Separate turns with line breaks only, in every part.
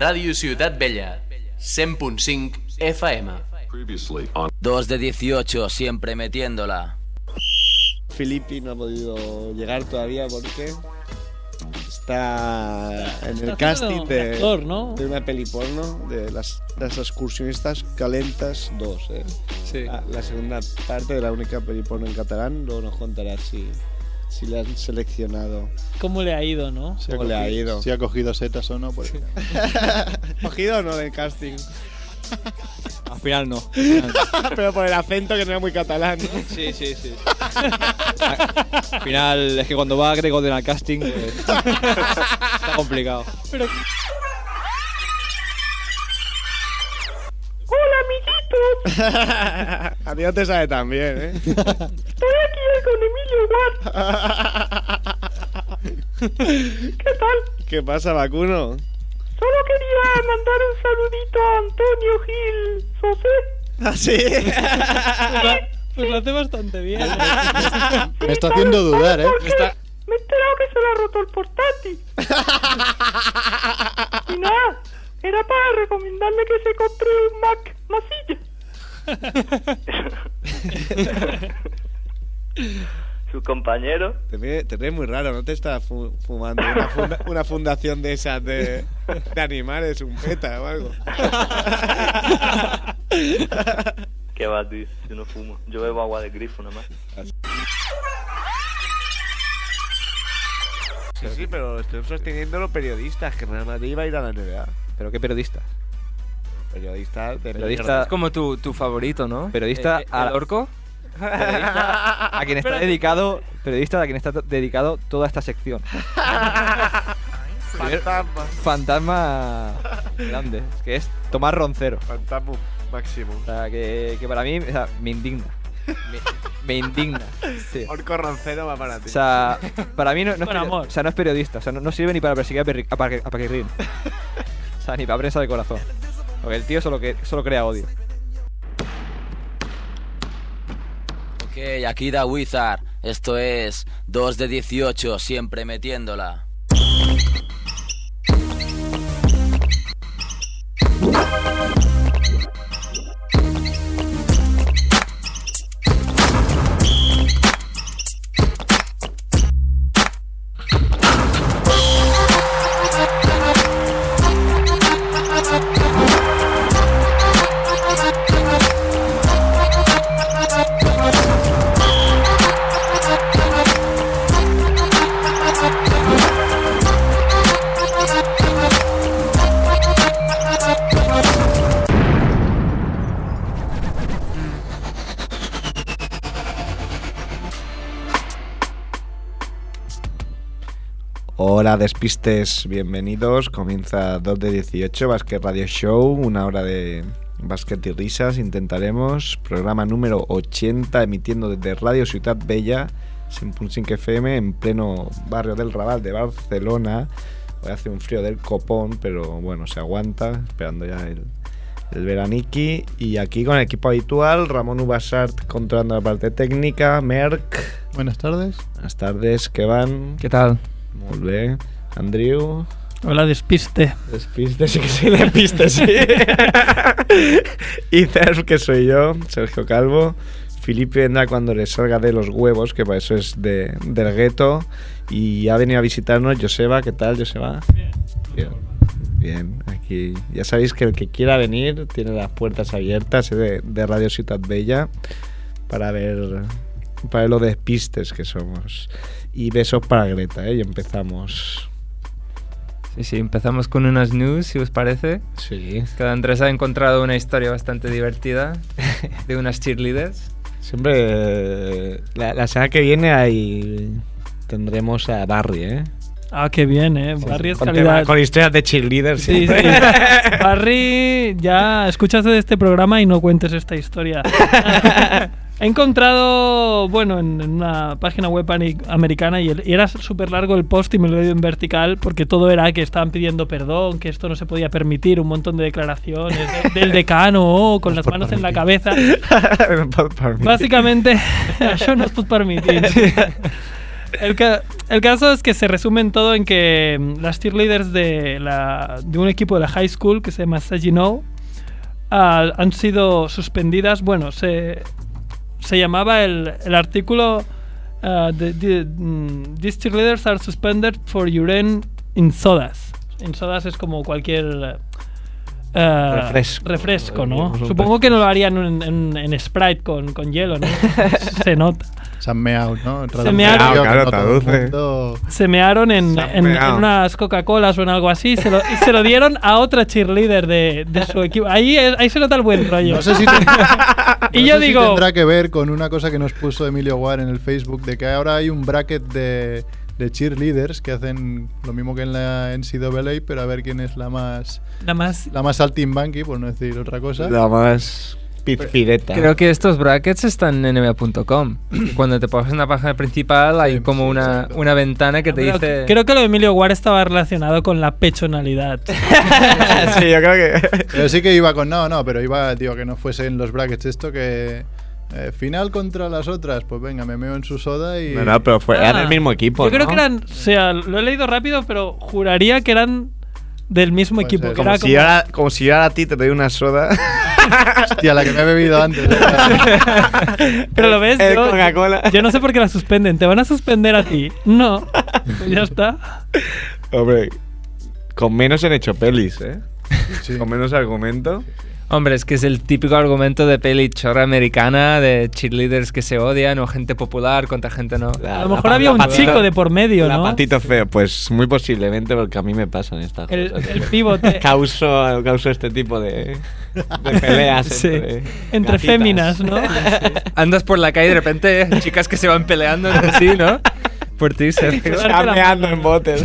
Ràdio Ciutat Vella, 100.5 FM.
Previously on
2 de 18, siempre metiéndola.
Filippi no ha podido llegar todavía porque está en el casting de,
actor, ¿no?
de una peli porno de las, las excursionistas calentas 2. ¿eh?
Sí.
La, la segunda parte de la única peli porno en catalán, luego nos contarás si, si le han seleccionado.
¿Cómo le ha ido, no?
Si
¿Cómo le ha
cogido-
ido?
Si ha cogido setas o no. Pues,
¿Cogido o no del casting?
Al final no.
Pero por el acento que no era muy catalán. ¿no?
Sí, sí, sí. Al final es que cuando va Grego al casting pues, está complicado.
A ti no te sabe tan bien, ¿eh? Estoy aquí con Emilio Watt. ¿Qué tal? ¿Qué pasa, vacuno?
Solo quería mandar un saludito a Antonio Gil Sosé.
¿Así?
Pues, la- pues lo hace bastante bien.
me está haciendo dudar, ¿eh?
¿Por qué? Me he enterado que se le ha roto el portátil. y nada, era para recomendarle que se compre un Mac Masilla.
Su compañero.
Te ve, te ve muy raro, ¿no te está fu- fumando una, funda- una fundación de esas de, de animales, un peta o algo?
¿Qué va, tío? Yo no fumo. Yo bebo agua de grifo nada más.
Sí, sí, pero estoy sosteniendo los periodistas, que Real Madrid va a ir a la NBA.
Pero qué periodista.
Periodistas de
Periodista,
como tu, tu favorito, ¿no?
Periodista
Eh, eh,
a-
el orco.
ah,
periodista a quien está dedicado, periodista a quien está to- dedicado toda esta sección.
fantasma,
Fantasma grande, que es Tomás Roncero.
fantasma máximo.
O sea, que, que para mí o sea, me indigna. Me, me indigna. Sí.
Orco Roncero va para ti.
O sea, para mí no, no es,
Con
peri-
amor.
o sea, no es periodista, o sea, no, no sirve ni para perseguir a, Perri- a, Parque- a Paquirrín. o sea, ni para prensa de corazón. Porque el tío solo, que, solo crea odio.
Ok, aquí da Wizard. Esto es 2 de 18, siempre metiéndola.
Hola despistes, bienvenidos. Comienza 2 de 18, Basket Radio Show, una hora de básquet y risas, intentaremos. Programa número 80, emitiendo desde Radio Ciutat Bella, 100.5 FM, en pleno barrio del Raval de Barcelona. Hoy hace un frío del copón, pero bueno, se aguanta, esperando ya el, el veraniki. Y aquí con el equipo habitual, Ramón Ubasart controlando la parte técnica, Merck.
Buenas tardes.
Buenas tardes, ¿qué van?
¿Qué tal?
Molt bé. Andriu,
Hola, despiste.
despiste, sí que sí, despiste, sí. y Cerf, que soy yo, Sergio Calvo. Felipe vendrá cuando le salga de los huevos, que para eso es de, del gueto. Y ha venido a visitarnos Joseba. ¿Qué tal, Joseba? Bien. Bien, aquí ya sabéis que el que quiera venir tiene las puertas abiertas eh, de, de Radio Ciudad Bella para ver para ver lo despistes que somos. Y besos para Greta, ¿eh? Y empezamos.
Sí, sí, empezamos con unas news, si os parece.
Sí.
Cada Andrés ha encontrado una historia bastante divertida de unas cheerleaders.
Siempre eh, la, la semana que viene ahí tendremos a Barry, ¿eh?
Ah, qué bien, ¿eh? Barry es
con, tema-
calidad.
con historias de cheerleaders.
Sí, sí. Barry, ya escuchaste de este programa y no cuentes esta historia. He encontrado, bueno, en en una página web ani- americana y, el- y era súper largo el post y me lo he ido en vertical porque todo era que estaban pidiendo perdón, que esto no se podía permitir, un montón de declaraciones de- del decano oh, con las manos en la cabeza.
Por- por mí.
Básicamente, això no es pot permitir. El, ca- el caso es que se resumen todo en que mm, las cheerleaders de, la, de un equipo de la high school que se llama Saginaw ah, han sido suspendidas. Bueno, se, se llamaba el, el artículo ah, de- de- mm, These cheerleaders are suspended for urine in sodas. En sodas es como cualquier... eh,
Refresco.
refresco, ¿no?
Digamos un
Supongo que no lo harían en, en- en Sprite con, con hielo, ¿no? se nota.
Se han meado, ¿no?
Se han meado.
Traducido,
Claro,
no todo el
traduce.
mundo-
se mearon en,
Se han
en-
meado.
en unas Coca-Colas o en algo así se lo, y se lo dieron a otra cheerleader de, de su equipo. Ahí, es- ahí se nota el buen rollo.
No sé si ten- no
y yo
sé si
digo,
tendrá que ver con una cosa que nos puso Emilio Guar en el Facebook, de que ahora hay un bracket de, de cheerleaders que hacen lo mismo que en la NCAA, pero a ver quién es la más
nada más
la más altimbanqui, por no decir otra cosa.
La más pizpireta.
Creo que estos brackets están en nba.com. Y Cuando te pones en la página principal hay
Sí,
como
sí,
una,
exacto.
una ventana que te
creo,
dice...
creo que lo de Emilio Guar estaba relacionado con la pechonalidad.
sí, yo creo que.
Pero sí que iba con no, no, pero iba, tío, que no fuese en los brackets esto que eh, final contra las otras, pues venga, me meo en su soda y
No, no, pero fue, eran
Ah,
el mismo equipo.
Yo creo
¿no?
que eran, o sea, lo he leído rápido, pero juraría que eran del mismo
Puede
equipo.
ser.
que
Como
era
si, yo ahora, como si yo ahora a ti te doy una soda.
hostia, la que me he bebido antes. ¿verdad?
Pero lo ves,
El
yo,
Coca-Cola.
yo no sé por qué la suspenden. ¿Te van a suspender a ti? No. Pues ya está.
Hombre, con menos han hecho pelis, ¿eh?
Sí.
Con menos argumento.
Hombre, es que es el típico argumento de peli chorra americana, de cheerleaders que se odian o gente popular contra gente no.
A lo mejor había un chico de por medio,
La
¿no?
patito feo, pues muy posiblemente porque a mí me pasan estas
El,
cosas.
el pivote.
Causo, causo este tipo de, de peleas
Sí.
entre,
Entre
gafitas.
féminas, ¿no?
Andas por la calle y de repente eh, chicas que se van peleando entre sí, ¿no? Por ti, Sergio.
Claro. Darte la
Chameando en botes.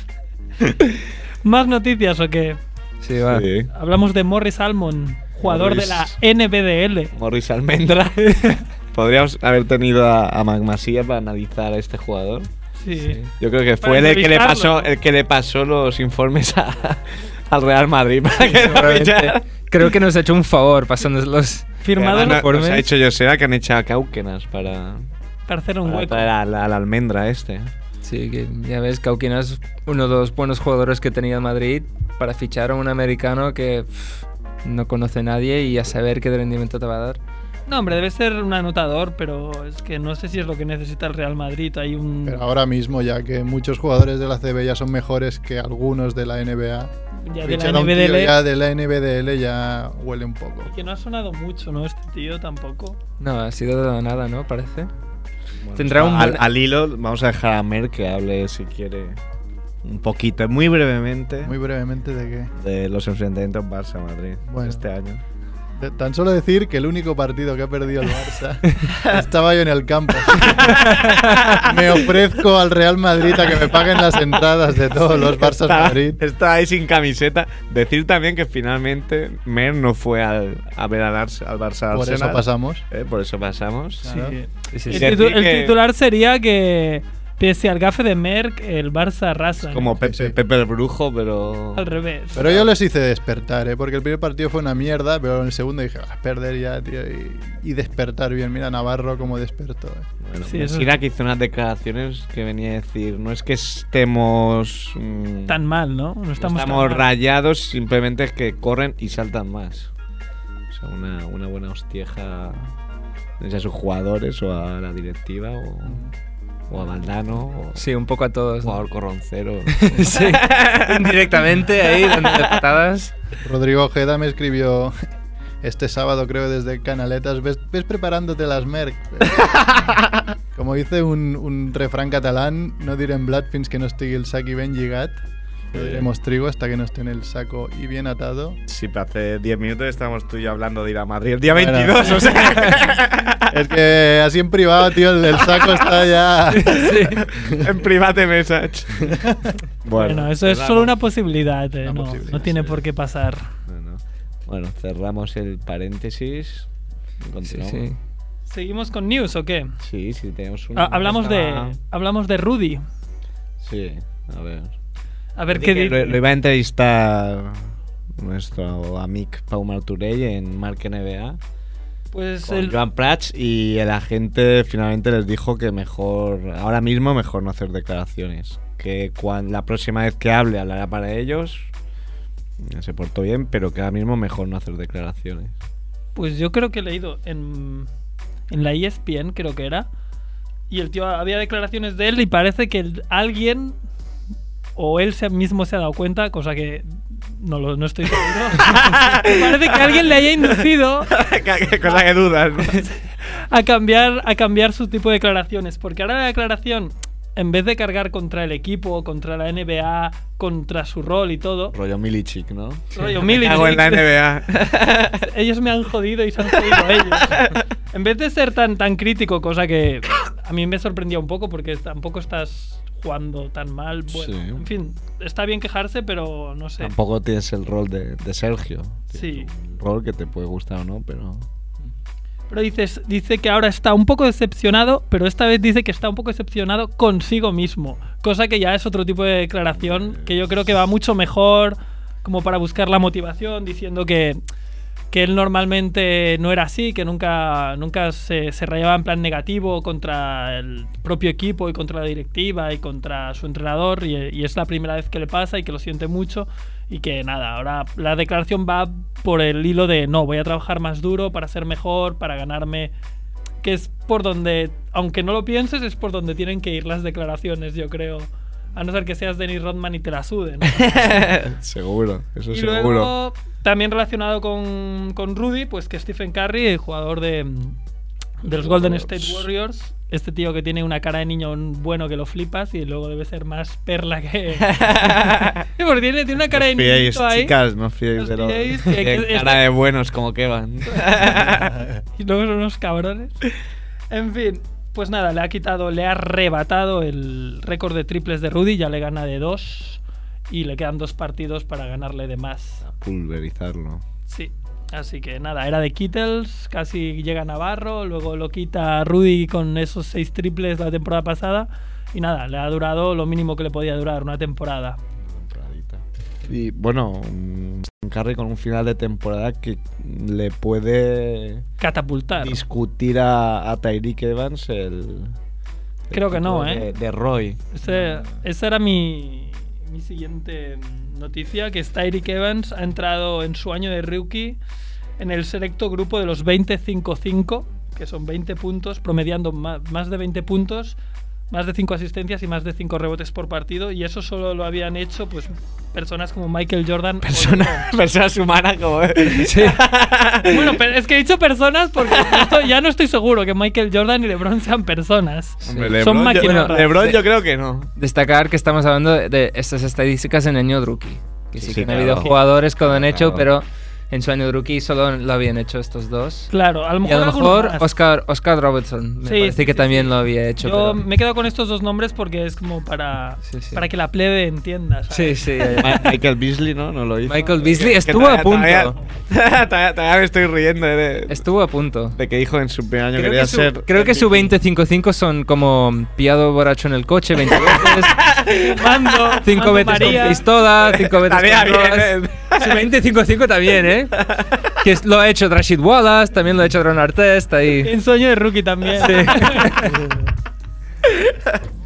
¿Más noticias o qué?
Sí, va.
Sí.
Hablamos de Morris Almond, jugador
Morris.
de la NBDL.
Morris Almendra. Podríamos haber tenido a, a Magmasía para analizar a este jugador.
Sí.
Yo creo que fue
Para
él el que le
entrevistarlo,
pasó,
¿no?
el que le pasó los informes a- al Real Madrid para que lo fichara.
Creo que nos ha hecho un favor pasándolos.
Firmado
Además, no-
informes.
nos ha hecho Joseba que han echado a Cauquenas para,
para hacer un
para
hueco.
traer a la, a la almendra este.
Sí, que ya ves, Cauquina es uno de los buenos jugadores que tenía el Madrid para fichar a un americano que pff, no conoce a nadie y a saber qué rendimiento te va a dar.
No, hombre, debe ser un anotador, pero es que no sé si es lo que necesita el Real Madrid. Hay un.
Pero ahora mismo, ya que muchos jugadores de la CB ya son mejores que algunos de la NBA,
ya de la
fichar a un tío
NBDL.
ya de la NBDL ya huele un poco.
Que no ha sonado mucho, ¿no? Este tío tampoco.
No, ha sido de la nada, ¿no? Parece. Tendrá un
al,
buen-
al hilo vamos a dejar a Mer que hable si quiere un poquito, muy brevemente,
Muy brevemente de que...
de los enfrentamientos Barça-Madrid
Bueno.
este año.
de- Tan solo decir que el único partido que ha perdido el Barça estaba yo en el campo. Me ofrezco al Real Madrid a que me paguen las entradas de todos los Barças
Estaba-
Madrid.
Estaba ahí sin camiseta. Decir también que finalmente Mer no fue al, a ver al, Ars- al Barça
Por eso
Arsenal.
pasamos.
Eh, por eso pasamos.
Claro.
Sí.
Sí, sí,
El,
sí.
Decir
titu- el
que-
titular sería que, pese al gafe de Merck, el Barça arrasa.
Como Pepe,
Sí, sí.
Pepe el Brujo, pero.
Al revés.
Pero yo les hice despertar, ¿eh? porque el primer partido fue una mierda, pero en el segundo dije, vas a perder ya, tío, y, y despertar bien. Mira Navarro cómo despertó. ¿eh?
Bueno,
Sí, eso
Messina que hizo unas declaraciones que venía a decir: no es que estemos. mm,
Tan mal, ¿no? No
no
estamos,
estamos,
tan mal.
rayados, simplemente es que corren y saltan más. O sea, una, una buena hostieja. no sé, a sus jugadores o a la directiva o, o a Valdano o
Sí, un poco a todos. ¿no?
jugador corroncero.
Sí, indirectamente ahí, dando de patadas.
Rodrigo Ojeda me escribió este sábado, creo, desde Canaletas, ves, ves preparándote las Merck. Como dice un, un refrán catalán, no direm blat fins que no estigui el sac i ben lligat, no diremos trigo hasta que no esté en el saco y bien atado.
Sí, pero hace 10 minutos estábamos tú y yo hablando de ir a Madrid el día
Bueno.
22, o sea.
Es que así en privado, tío, el del saco está ya...
en private message.
Bueno, eso es
cerramos.
solo una posibilidad, ¿eh?
Una
no,
posibilidad,
no tiene
sí.
por qué pasar.
No, no. Bueno, cerramos el paréntesis. y
Sí,
Continuamos.
sí.
¿Seguimos con news o qué?
Sí, sí, tenemos un.
Ah, hablamos,
Ah,
de, hablamos de Rudy.
Sí, a ver.
A ver qué
Lo, lo
dice.
iba a entrevistar nuestro amigo Pau Marturell en Marque NBA.
Pues
con
el,
Joan Prats y el agente finalmente les dijo que mejor, ahora mismo mejor no hacer declaraciones. Que cuan- la próxima vez que hable hablará para ellos. Se portó bien, pero que ahora mismo mejor no hacer declaraciones.
Pues yo creo que he leído en, en la E ESPN, creo que era. Y el tío había declaraciones de él y parece que el- alguien o él se- mismo se ha dado cuenta, cosa que no, lo, no estoy seguro. parece que alguien le haya inducido
Cosa que dudas.
a cambiar, a cambiar su tipo de declaraciones. Porque ahora la declaración, en vez de cargar contra el equipo, contra la NBA, contra su rol y todo,
Rollo Milicic, ¿no?
rollo Milicic.
Hago en la NBA.
ellos me han jodido y se han jodido ellos. En vez de ser tan, tan crítico, cosa que a mí me sorprendía un poco porque tampoco estás jugando tan mal. Bueno,
Sí.
en fin, está bien quejarse, pero no sé.
Tampoco tienes el rol de, de Sergio.
Sí.
Un rol que te puede gustar o no, pero.
Pero dices, dice que ahora está un poco decepcionado, pero esta vez dice que está un poco decepcionado consigo mismo. Cosa que ya es otro tipo de declaración que yo creo que va mucho mejor como para buscar la motivación, diciendo que, que él normalmente no era así, que nunca, nunca se, se rayaba en plan negativo contra el propio equipo y contra la directiva y contra su entrenador y, y es la primera vez que le pasa y que lo siente mucho y que nada, ahora la declaración va por el hilo de no, voy a trabajar más duro para ser mejor, para ganarme que es por donde, aunque no lo pienses, es por donde tienen que ir las declaraciones, yo creo. A no ser que seas Dennis Rodman y te la suden.
Seguro, eso
Y
seguro.
luego, también relacionado con, con Rudy, pues que Stephen Curry, el jugador de, de los Golden State Warriors, este tío que tiene una cara de niño bueno que lo flipas y luego debe ser más perla que... Sí, porque tiene, tiene una
No
cara de
fiéis,
niñito ahí.
chicas, no fiéis
Os
de lo.
fiéis, que- que
Qué
está-
cara de buenos como que van.
y luego son unos cabrones. En fin, pues nada, le ha quitado, le ha arrebatado el récord de triples de Rudy, ya le gana de dos y le quedan dos partidos para ganarle de más.
Pulverizarlo.
Sí, así que nada, era de Kittles, casi llega Navarro, luego lo quita Rudy con esos seis triples la temporada pasada y nada, le ha durado lo mínimo que le podía durar, una temporada.
Y bueno, un un Curry con un final de temporada que le puede
Catapultar.
discutir a, a Tyreek Evans el. el
Creo que no,
título de-
¿eh?
De Roy.
Ese- esa era mi, mi siguiente mm, noticia, que es Tyreek Evans ha entrado en su año de rookie en el selecto grupo de los 25-5, que son 20 puntos, promediando ma- más de 20 puntos, más de 5 asistencias y más de 5 rebotes por partido, y eso solo lo habían hecho pues personas como Michael Jordan. o
Persona, personas humanas como. Sí.
LeBron. Bueno, pero es que he dicho personas porque no estoy- ya no estoy seguro que Michael Jordan y LeBron sean personas. Son máquinas.
Bueno,
Lebron, yo creo que no.
Destacar que estamos hablando de- de estas estadísticas en año de rookie. Que sí, que
Sí, sí,
han habido
claro.
jugadores que lo han hecho,
Claro.
pero en su año de rookie solo lo habían hecho estos dos.
Claro, a lo
Y
mejor,
a lo
alguno
mejor
más.
Oscar, Oscar Robertson. Me
Sí,
parece
sí,
que
sí,
también
sí.
lo había hecho.
Yo
pero-
me quedo con estos dos nombres porque es como para,
Sí, sí.
para que la plebe entienda. ¿sabes?
Sí, sí.
Ma- Michael Beasley, ¿no? No lo hizo.
Michael Beasley estuvo a punto.
Todavía, todavía- todavía me estoy riendo de, de,
Estuvo a punto.
¿eh? De que dijo en su
Este
primer año
Creo
quería
que, su,
ser.
creo que su
MVP.
25-5 son como pillado borracho en el coche, 20 veces.
Mando, Mando
Cinco veces
María.
con pistola, cinco veces
Estaría
con
bien,
drogas. Su 25-5 también, ¿eh? Que es- lo ha hecho Rashid Wallace, también lo ha hecho Ron Artest, ahí.
En sueño de rookie también.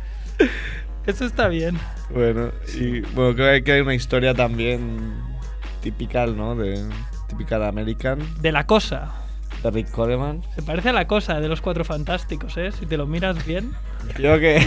Eso está bien.
Bueno, y bueno, creo que hay una historia también típica, ¿no? De típica de American,
De la cosa.
de Rick Coleman.
Se parece a la cosa de los cuatro fantásticos, ¿eh? Si te lo miras bien.
Yo que.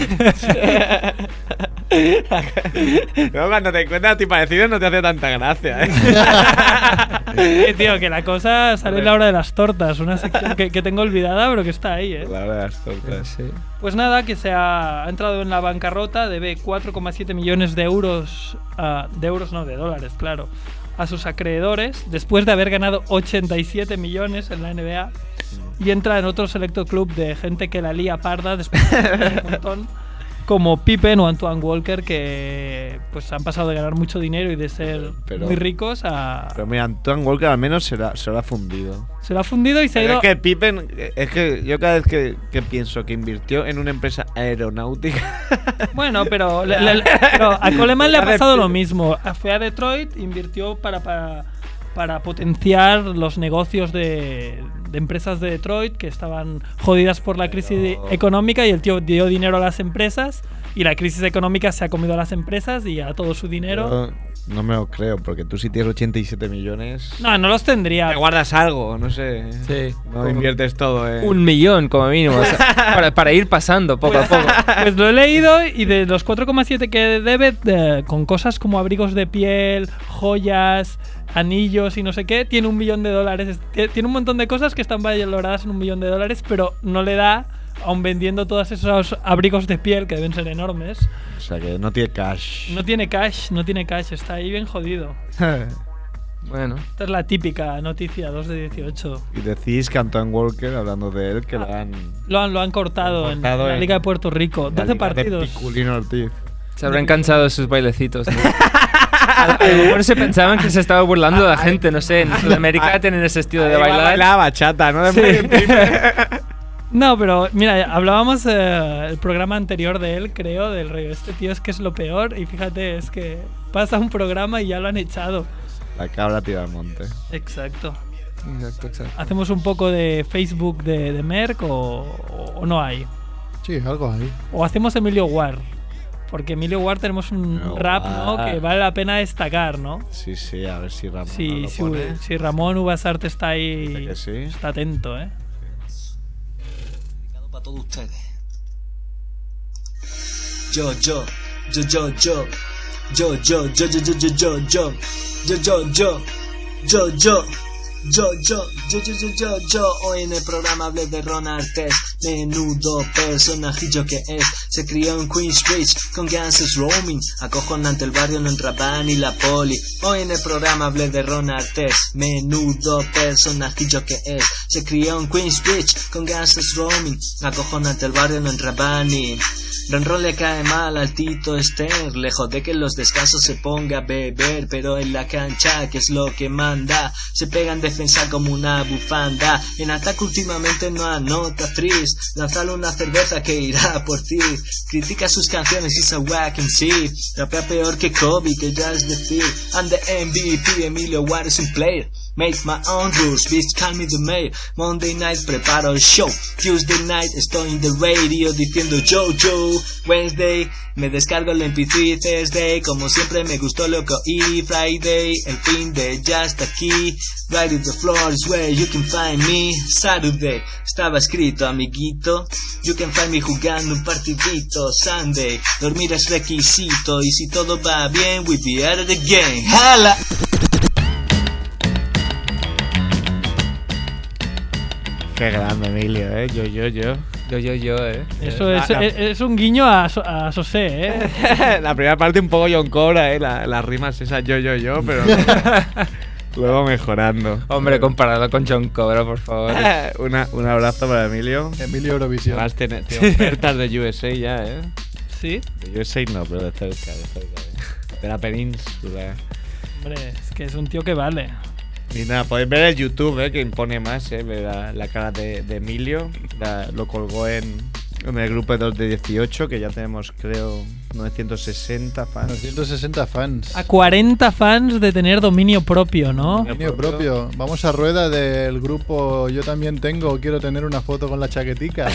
Luego cuando te encuentras a ti parecido no te hace tanta gracia, ¿eh?
Eh, tío, que la cosa sale en la hora de las tortas. Una sección que, que tengo olvidada, pero que está ahí, ¿eh?
La hora de las tortas.
Sí.
Pues nada, que se ha, ha entrado en la bancarrota, debe 4,7 millones de euros, ah, de euros no, de dólares, claro, a sus acreedores, después de haber ganado 87 millones en la NBA, y entra en otro selecto club de gente que la lía parda después de ganar un montón, como Pippen o Antoine Walker, que pues han pasado de ganar mucho dinero y de ser
Pero-
muy ricos a...
Ah.
Pero mira, Antoine Walker al menos se la, se la ha fundido.
se lo ha fundido y se ha
Pero
ido...
es que Pippen, eh, es que yo cada vez que, que pienso que invirtió en una empresa aeronáutica,
Bueno, pero, le- le- le- pero a Coleman le ha
A ver,
pasado
pero-
lo mismo. Fue a Detroit, invirtió para, para, para potenciar los negocios de, de empresas de Detroit que estaban jodidas por la crisis económica y el tío dio dinero a las empresas y la crisis económica se ha comido a las empresas y a todo su dinero.
Yo no me lo creo, porque tú si tienes 87 millones,
No, no los tendría.
Te guardas algo, no sé.
Sí.
no inviertes todo, eh.
Un millón como mínimo, o sea, para, para ir pasando poco a poco.
Pues lo he leído y de los 4,7 que debe, eh, con cosas como abrigos de piel, joyas, anillos y no sé qué, tiene un millón de dólares. Es- tie- Tiene un montón de cosas que están valoradas en un millón de dólares, pero no le da, aun vendiendo todos esos abrigos de piel que deben ser enormes.
O sea que no tiene cash.
No tiene cash, no tiene cash, está ahí bien jodido.
Bueno,
Esta es la típica noticia, 2 de 18.
y decís que Antoine Walker, hablando de él,
Ah.
que le han
Lo han, lo han cortado,
Lo han
en,
cortado
en la
en-
Liga de Puerto Rico. 12 partidos.
Culino Ortiz.
se habrán cansado de sus bailecitos. ¿no? A a lo mejor se pensaban que se estaba burlando de la gente, no sé. En Sudamérica tienen ese estilo de bailar.
La bachata, ¿no?
No, pero mira, hablábamos eh, el programa anterior de él, creo, del rey. Este tío es que es lo peor y fíjate, es que pasa un programa y ya lo han echado.
La cabra tira al monte.
Exacto.
Exacto, exacto.
¿Hacemos un poco de Facebook de, de Merck o, o- o no hay?
Sí, algo ahí.
¿O hacemos Emilio Ward? Porque Emilio Ward tenemos un
Emilio
rap, ¿no?
Ward.
Que vale la pena destacar, ¿no?
Sí, sí, a ver si Ramón no
Si,
lo
si-
pone.
si Ramón Ubasarte está ahí,
Dice que sí.
está atento, ¿eh?
para todos ustedes. Yo, yo, yo, yo, yo, yo, yo, yo, yo, yo, yo, yo, yo, yo, yo, yo, yo. Yo, yo, yo, yo, yo, yo, yo, hoy en el programa hablé de Ron Artest, menudo personajillo que es, se crió en Queens Beach con Ganses Roaming, acojonante el barrio no entraban ni la poli, hoy en el programa hablé de Ron Artest, menudo personajillo que es, se crió en Queens Beach con Ganses Roaming, acojonante el barrio no entraban ni... Ron Ron le cae mal al Tito Esther, lejos de que en los descansos se ponga a beber, pero en la cancha, que es lo que manda, se pega en defensa como una bufanda, en ataque últimamente no anota tris, lanzale una cerveza que irá por ti, critica sus canciones y se whack en sí, rapea peor que Kobe, que ya es decir, and the MVP, Emilio Ward es un player. Make my own rules, bitch, call me the mayor. Monday night preparo el show. Tuesday night estoy en the radio diciendo yo, yo. Wednesday me descargo el MP3 Thursday. Como siempre me gustó lo que oí. Friday, el fin de ya está aquí. Right at the floor is where you can find me. Saturday, estaba escrito, amiguito. You can find me jugando un partidito. Sunday, dormir es requisito. Y si todo va bien, we'll be out of the game. ¡Hala!
Qué grande, Emilio, eh. Yo, yo, yo.
Yo, yo, yo, eh.
Eso es, es- es un guiño a, So- a Sosé, ¿eh?
la primera parte un poco John Cobra, eh. La- las rimas esas yo, yo, yo, pero. luego mejorando.
Hombre, comparado con John Cobra, por favor.
Una- un abrazo para Emilio.
Emilio Eurovisión.
Además, tiene, tiene ofertas de USA ya, eh.
Sí,
De USA no, pero de cerca, de cerca. eh. De la península.
hombre, es que es un tío que vale.
Y nada, podéis ver el YouTube, eh, que impone más, eh, ver la, la cara de, de Emilio. La- lo colgó en, en el grupo de 2 de 18, que ya tenemos, creo, 960 fans.
960 fans.
A 40 fans de tener dominio propio, ¿no?
Dominio propio. Vamos a rueda del grupo Yo también tengo, quiero tener una foto con la chaquetica.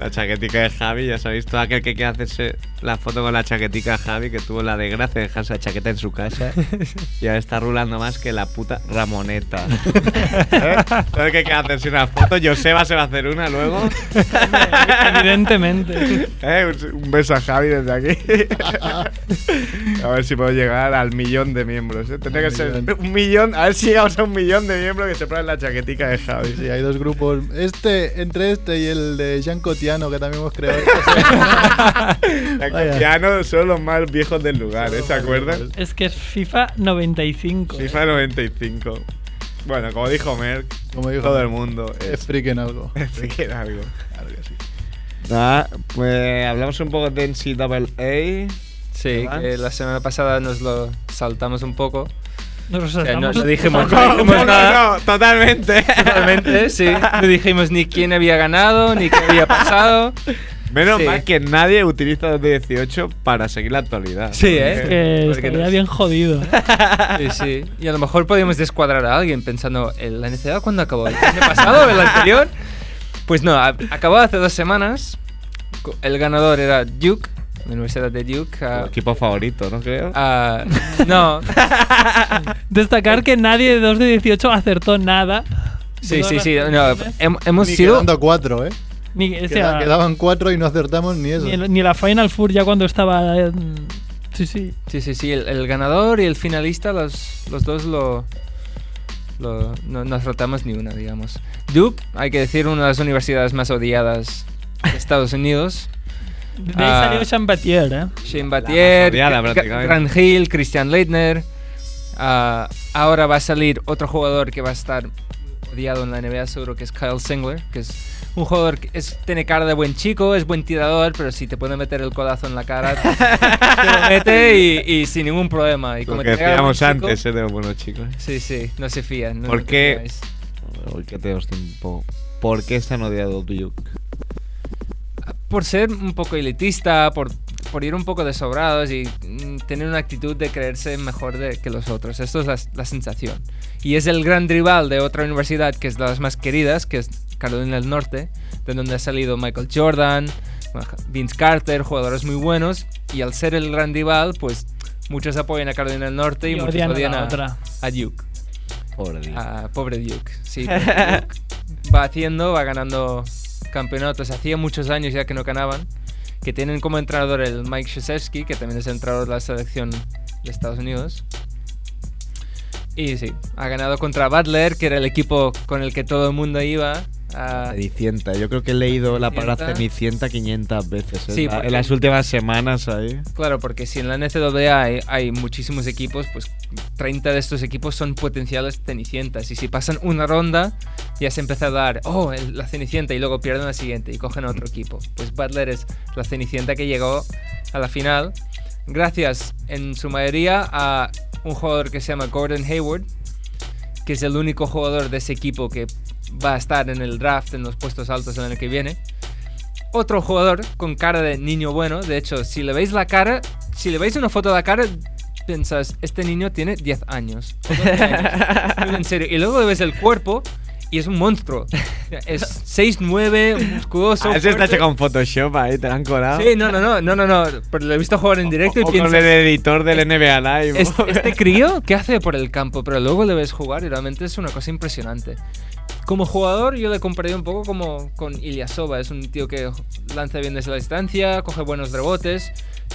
La chaquetica de Javi, ya sabéis, todo aquel que quiera hacerse la foto con la chaquetica de Javi, que tuvo la desgracia de dejarse la chaqueta en su casa, y ahora está rulando más que la puta Ramoneta. ¿Eh? Todo el que quiera hacerse una foto, Joseba se va a hacer una luego.
Evidentemente.
Eh, un- un beso a Javi desde aquí. a ver si puedo llegar al millón de miembros. eh. Tendría
Al
que ser
millón.
un millón. A ver si llegamos a un millón de miembros que se ponen la chaquetica de Javi.
Sí, hay dos grupos. Este, entre este y el de Jean Cotiano, que también hemos creado. Vaya.
Ya no son los más viejos del lugar, ¿eh? ¿se acuerdan?
Es que es FIFA 95. ¿eh?
FIFA 95. Bueno, como dijo Merck,
Como dijo,
todo el mundo
Es
es
freak en algo.
freaking algo.
Ah,
Nada, pues hablamos un poco de NCAA.
Sí,
¿Verdad?
que la semana pasada nos lo saltamos un poco.
Nos los
O sea, no,
saltamos.
no dijimos, no
No,
dijimos nada.
no, totalmente.
Totalmente, sí. No dijimos ni quién había ganado, ni qué había pasado.
Menos
Sí.
mal que nadie utiliza 2018 para seguir la actualidad. Porque-
Sí, ¿eh?
Que
Porque
estaría
no-
bien jodido. ¿eh?
Sí, sí. Y a lo mejor podíamos descuadrar a alguien pensando, ¿el- ¿la NCA cuándo acabó? ¿El año pasado o el anterior? Pues no, a- acabó hace dos semanas. Co- El ganador era Duke, de la Universidad de Duke. ah,
Tu equipo favorito, ¿no creo?
ah, no,
Destacar que nadie de 2 de 18 acertó nada.
sí, sí, sí. no, hem- hemos
Ni
sido...
quedando cuatro, ¿eh?
Ni, o
Queda-
sea,
quedaban cuatro y no acertamos ni eso.
ni, el- ni la Final Four ya cuando estaba. eh, mm, sí, sí.
Sí, sí, sí. El, el ganador y el finalista, los, los dos lo, lo- no, no afrontamos ni una, digamos. Duke, hay que decir, una de las universidades más odiadas de Estados Unidos.
De ahí
Ah,
salió Jean Batier, ¿eh?
Shane Battier,
odiada,
Gra-
prácticamente.
Grant Hill, Christian Leitner. Ah, ahora va a salir otro jugador que va a estar odiado en la NBA, seguro que es Kyle Singler, que es un jugador que es, tiene cara de buen chico, es buen tirador, pero si te puede meter el codazo en la cara, te lo mete y, y sin ningún problema. Y
Lo
como
que
te caiga buen
decíamos
chico-
antes, ¿eh? De los buenos chicos.
Sí, sí, no se fían. no-
¿Por
no te
qué?
fiáis.
Uy, que te hostia un poco. ¿Por qué están odiados Duke?
Por ser un poco elitista, por, por ir un poco de sobrados y mm, tener una actitud de creerse mejor de, que los otros. Esto es la, la sensación. Y es el gran rival de otra universidad que es de las más queridas, que es Carolina del Norte, de donde ha salido Michael Jordan, Vince Carter, jugadores muy buenos. Y al ser el gran rival, pues muchos apoyan a Carolina del Norte y,
Y
muchos
odian a
odian
la
a,
otra.
a Duke.
Pobre Duke.
Ah, pobre Duke. Sí, pobre Duke. va haciendo, va ganando campeonatos. Hacía muchos años ya que no ganaban. Que tienen como entrenador el Mike Krzyzewski, que también es entrenador de la selección de Estados Unidos. Y sí, ha ganado contra Butler, que era el equipo con el que todo el mundo iba. Ah,
Cenicienta, yo creo que he leído la palabra
Cenicienta.
Cenicienta 500 veces ¿eh?
Sí,
La-
porque-
en las últimas semanas ahí.
Claro, porque si en la NCAA hay, hay muchísimos equipos, pues 30 de estos equipos son potenciales cenicientas. Y si pasan una ronda, ya se empieza a dar, oh, el- la cenicienta, y luego pierden la siguiente y cogen a otro equipo. Pues Butler es la cenicienta que llegó a la final, gracias en su mayoría a un jugador que se llama Gordon Hayward, que es el único jugador de ese equipo que va a estar en el draft en los puestos altos el año que viene. Otro jugador con cara de niño bueno, de hecho, si le veis la cara, si le veis una foto de la cara, pensás, este niño tiene 10 años. o 12 años. Muy en serio. Y luego le ves el cuerpo y es un monstruo. Es 6'9, musculoso.
Ah, eso está
fuerte.
hecho con Photoshop ahí, te la han colado.
Sí, no, no, no, no, no, no, pero lo he visto jugar en directo y
o
pienso,
con el editor del NBA Live.
"Es- este crío, ¿qué hace por el campo? Pero luego le ves jugar y realmente es una cosa impresionante. Como jugador yo le comparé un poco como con Ilyasova, es un tío que lanza bien desde la distancia, coge buenos rebotes,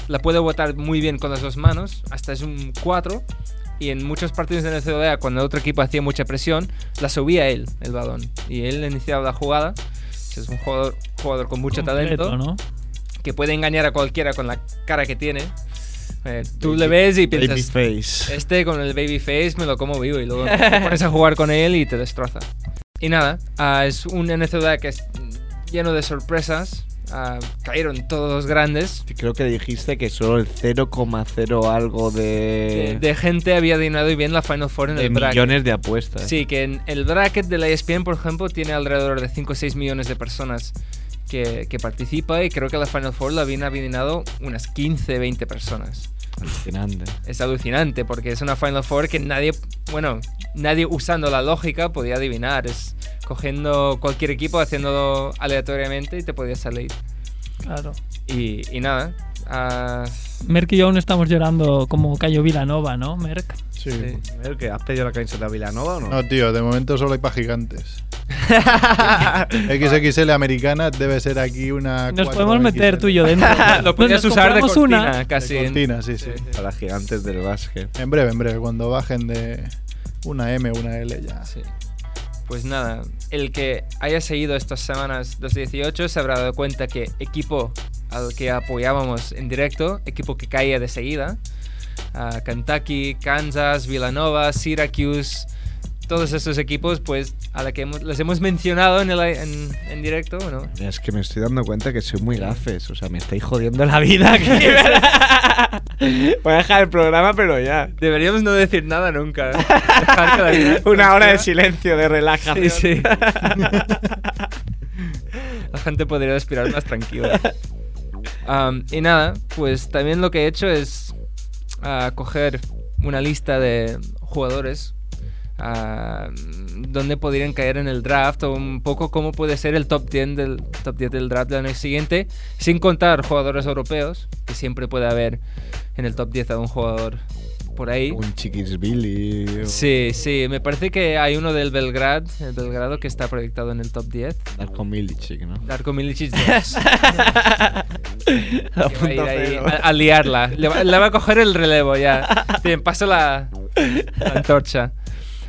la puede botar muy bien con las dos manos, hasta es un 4. Y en muchos partidos de NCAA, cuando el otro equipo hacía mucha presión, la subía él, el balón. Y él iniciaba la jugada. Es un jugador, jugador con mucho
Completo,
talento
¿no?
que puede engañar a cualquiera con la cara que tiene. Eh, tú le ves y piensas,
Babyface.
este con el baby face me lo como vivo y luego te pones a jugar con él y te destroza. Y nada, ah, es un NCAA que es lleno de sorpresas. Ah, cayeron todos los grandes.
Creo que dijiste que solo el 0,0 algo
De,
de,
Eh, de gente había dinado y bien la Final Four en
de
el bracket.
millones de apuestas.
Sí, que en el bracket de la E ESPN, por ejemplo, tiene alrededor de 5 o 6 millones de personas que, que participa y creo que la Final Four la habían adivinado unas 15, 20 personas.
Alucinante.
Es alucinante porque es una Final Four que nadie, bueno, nadie usando la lógica podía adivinar. Es cogiendo cualquier equipo, haciéndolo aleatoriamente y te podía salir.
Claro.
Y, y nada. ah,
Merck y yo aún estamos llorando como Cayo Vilanova, ¿no, Merck?
Sí.
sí.
¿Qué? ¿Has pedido la camiseta de Vilanova o
No, tío, de momento solo hay para gigantes. XXL americana debe ser aquí una.
Nos
4XL.
podemos meter tú y yo dentro.
Lo podías
Nos
usar de
compramos
cortina,
una.
casi.
De cortina, sí, sí.
Para gigantes del básquet.
En breve, en breve, cuando bajen de una M, una L ya.
Sí. Pues nada, el que haya seguido estas semanas 2018 se habrá dado cuenta que equipo al que apoyábamos en directo, equipo que caía de seguida, ah, Kentucky, Kansas, Villanova, Syracuse, todos estos equipos, pues a la que hemos- les hemos mencionado en, el, en, en directo, bueno,
Mira, Es que me estoy dando cuenta que soy muy gafes. O sea, me estáis jodiendo la
La vida aquí, ¿verdad? Voy a dejar el programa, pero ya.
deberíamos no decir nada nunca. Dejar que la vida
Una hora de
transcurra.
silencio, de relajación.
Sí, sí. la gente podría respirar más tranquila. Am, y nada, pues también lo que he hecho es ah, coger una lista de jugadores ah, donde podrían caer en el draft o un poco cómo puede ser el top 10 del, top 10 del draft del año siguiente, sin contar jugadores europeos, que siempre puede haber en el top 10 a un jugador por ahí.
Un Chiquisbilly. o-
Sí, sí, me parece que hay uno del Belgrad, el Belgrado que está proyectado en el top 10.
Darko Milicic, ¿no?
Darko Milicic 2. Que va a ir
punto
ahí
cero.
a, a liarla. Le va, le va a coger el relevo ya. Bien, paso la, la antorcha.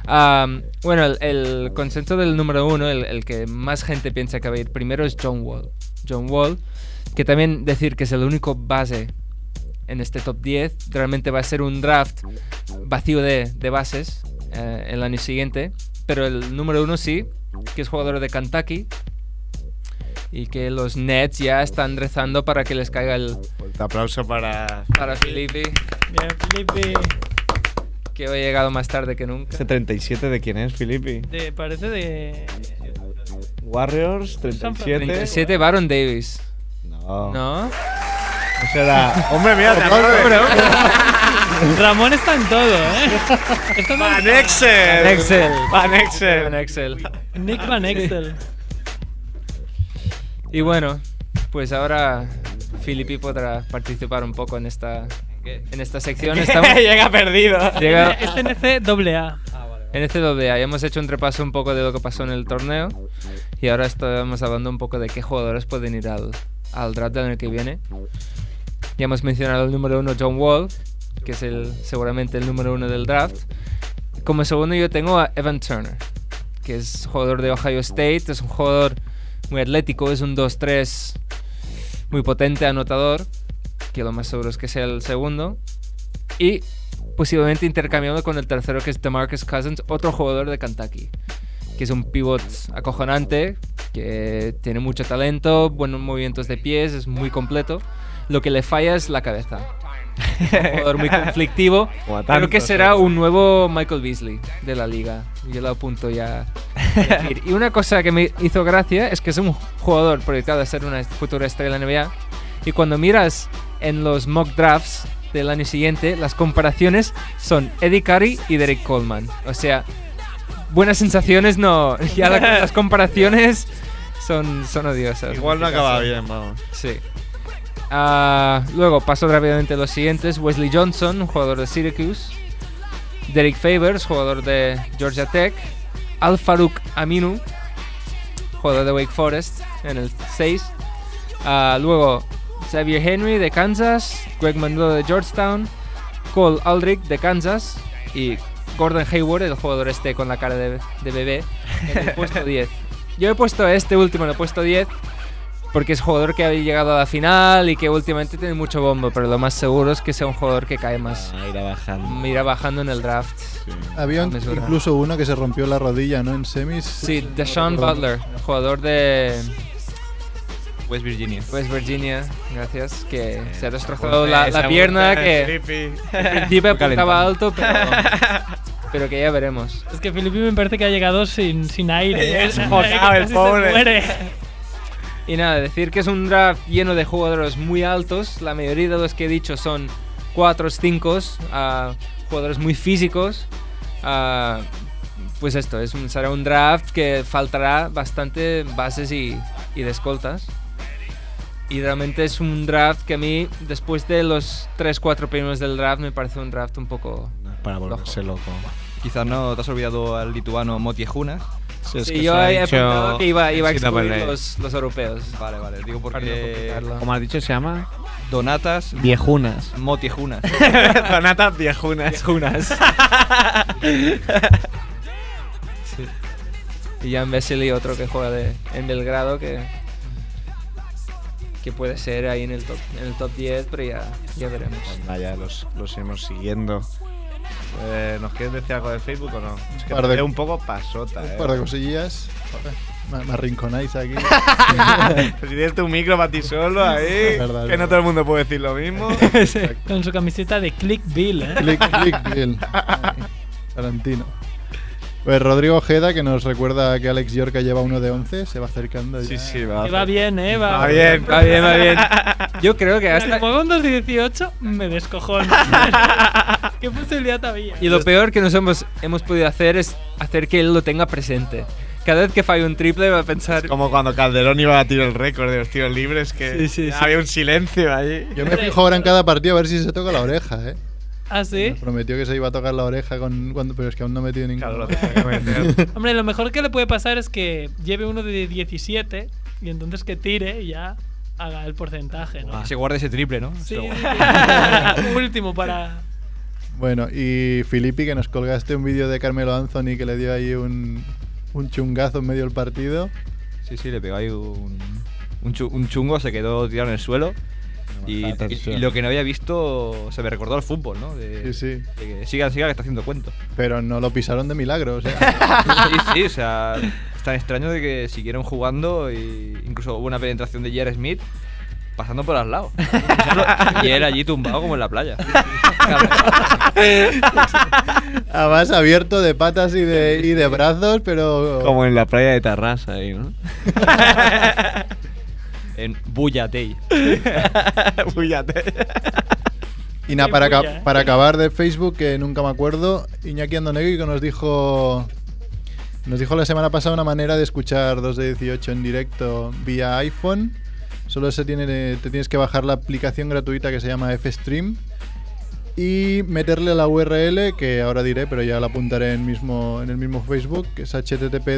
Am, bueno, el, el consenso del número uno, el, el que más gente piensa que va a ir primero es John Wall. John Wall, que también decir que es el único base en este top 10. Realmente va a ser un draft vacío de, de bases eh, el año siguiente. Pero el número uno sí, que es jugador de Kentucky. Y que los Nets ya están rezando para que les caiga el,
Fuerte aplauso para.
para Filippi,
Bien, Felipe.
que hoy ha llegado más tarde que nunca.
¿Ese 37 de quién es, Filippi?
De- parece de.
Warriors,
San Fran-
37.
37 Baron Davis.
No.
¿No?
O sea, la- Hombre, mira, te
Ramón está en todo, ¿eh? Esto me ha gustado.
Excel.
Excel.
Van Excel.
Van Excel.
Nick Van Exel.
Y bueno, pues ahora Filippi podrá participar un poco en esta, en esta sección. Estamos
Llega perdido.
Llega-
Es NC doble A.
en este doble A. Ya hemos hecho un repaso un poco de lo que pasó en el torneo. Y ahora estamos hablando un poco de qué jugadores pueden ir al, al draft del año que viene. Ya hemos mencionado el número uno, John Wall, que es el, seguramente el número uno del draft. Como segundo yo tengo a Evan Turner, que es jugador de Ohio State, es un jugador muy atlético, es un 2-3 muy potente anotador, que lo más seguro es que sea el segundo. Y posiblemente intercambiado con el tercero, que es DeMarcus Cousins, otro jugador de Kentucky, que es un pivot acojonante, que tiene mucho talento, buenos movimientos de pies, es muy completo. Lo que le falla es la cabeza. Un jugador muy conflictivo.
Como a
Creo que
tantos, ¿eh?
será
¿sabes?
un nuevo Michael Beasley de la liga. Yo lo apunto ya. a decir. Y una cosa que me hizo gracia es que es un jugador proyectado a ser una futura estrella de la NBA. Y cuando miras en los mock drafts del año siguiente, las comparaciones son Eddie Curry y Derek Coleman. O sea, buenas sensaciones no. Ya la- las comparaciones son, son odiosas.
Igual
en
no
este caso.
acaba bien, vamos.
Sí. Ah, luego paso rápidamente a los siguientes. Wesley Johnson, un jugador de Syracuse. Derek Favors, jugador de Georgia Tech. Al Farouk Aminu, jugador de Wake Forest en el 6. Ah, luego Xavier Henry de Kansas. Greg Monroe de Georgetown. Cole Aldrich de Kansas. Y Gordon Hayward, el jugador este con la cara de, de bebé, en el puesto 10. Yo he puesto a este último en el puesto 10 porque es jugador que ha llegado a la final y que últimamente tiene mucho bombo, pero lo más seguro es que sea un jugador que cae más.
Irá bajando.
Mira bajando en el draft.
Había un-
A mesura.
incluso uno que se rompió la rodilla, ¿no? En semis.
Ah, Sí,
No
Deshaun
recuerdo.
Butler, jugador de
West Virginia.
West Virginia, gracias, que se ha destrozado
Joder,
la,
esa
la pierna,
vuelta de
que
Filippi.
al principio
Muy calentado.
apuntaba alto, pero, pero que ya veremos.
Es que Felipe me parece que ha llegado sin, sin aire. ¿eh?
Es mojado, el
Casi se
pobre.
muere.
Y nada, decir que es un draft lleno de jugadores muy altos. La mayoría de los que he dicho son 4 5 jugadores muy físicos. ah, pues esto, es un- será un draft que faltará bastante bases y, y de escoltas. Y realmente es un draft que a mí, después de los 3-4 primeros del draft, me parece un draft un poco...
Para volverse loco.
Quizás no te has olvidado al lituano Motiejunas.
Sí,
Sí, yo he apuntado que iba, iba a
Sí, no,
excluir
vale.
los, los europeos.
Vale, vale, digo
Para no
porque
complicarlo.
Como has dicho, se llama
Donatas
Viejunas.
Motiejunas.
Donatas Viejunas.
Viejunas. Sí. Y Jan Vesely, otro que juega de, en Belgrado, que, que puede ser ahí en el top, en el top 10, pero ya, ya veremos.
Vaya, los, los iremos siguiendo. Eh, ¿Nos quieres decir algo de Facebook o no? Es que
par de-
te veo un poco pasota, eh.
Un par de cosillas. Me, me arrinconáis aquí.
Pero si tienes tu micro para ti solo ahí,
Es verdad, es
que no
verdad.
todo el mundo puede decir lo mismo.
Con su camiseta de Clickbill, ¿eh?
click, click, Bill. Ay, Tarantino. Pues Rodrigo Ojeda, que nos recuerda que Alex Yorca lleva uno de 11, se va acercando. Sí,
sí,
Que va bien, eh, va,
va bien, va bien. Yo creo que
Hasta
hasta...
como con 18 me descojono. ¿Qué posibilidad había?
Y lo peor que nos hemos, hemos podido hacer es hacer que él lo tenga presente. Cada vez que falla un triple va a pensar...
como cuando Calderón iba a tirar el récord de los tiros libres, que
Sí, sí, sí.
había un silencio ahí.
Yo me fijo ahora en cada partido a ver si se toca la oreja, ¿eh?
¿Ah, sí?
Prometió que se iba a tocar la oreja, con cuando, pero es que aún no he metido ningún. Claro,
Hombre, lo mejor que le puede pasar es que lleve uno de 17 y entonces que tire y ya haga el porcentaje, ¿no?
Que se guarde ese triple, ¿no?
Sí,
Se lo-
sí, sí. último para...
Bueno, y Filippi, que nos colgaste un vídeo de Carmelo Anthony que le dio ahí un, un chungazo en medio del partido.
Sí, sí, le pegó ahí un, un, chu- un chungo, se quedó tirado en el suelo. Y, y- y lo que no había visto se me recordó al fútbol, ¿no?
sí,
De,
sí.
De que sigan, sigan, que está haciendo cuento.
Pero no lo pisaron de milagro, o sea.
sí, sí, o sea, es tan extraño de que siguieron jugando y incluso hubo una penetración de Jared Smith pasando por al lado. y él allí tumbado como en la playa.
Además, abierto de patas y de, y de brazos, pero.
Como en la playa de Tarrasa ahí, ¿no?
En Bullatey.
Bullatey.
Y nada,
Qué
para,
bulla,
aca-
eh.
para acabar de Facebook, que nunca me acuerdo, Iñaki Andonegui que nos dijo. Nos dijo la semana pasada una manera de escuchar 2 de 18 en directo vía iPhone. Solo se tiene, te tienes que bajar la aplicación gratuita que se llama F-Stream y meterle la URL, que ahora diré, pero ya la apuntaré en, mismo, en el mismo Facebook, que es http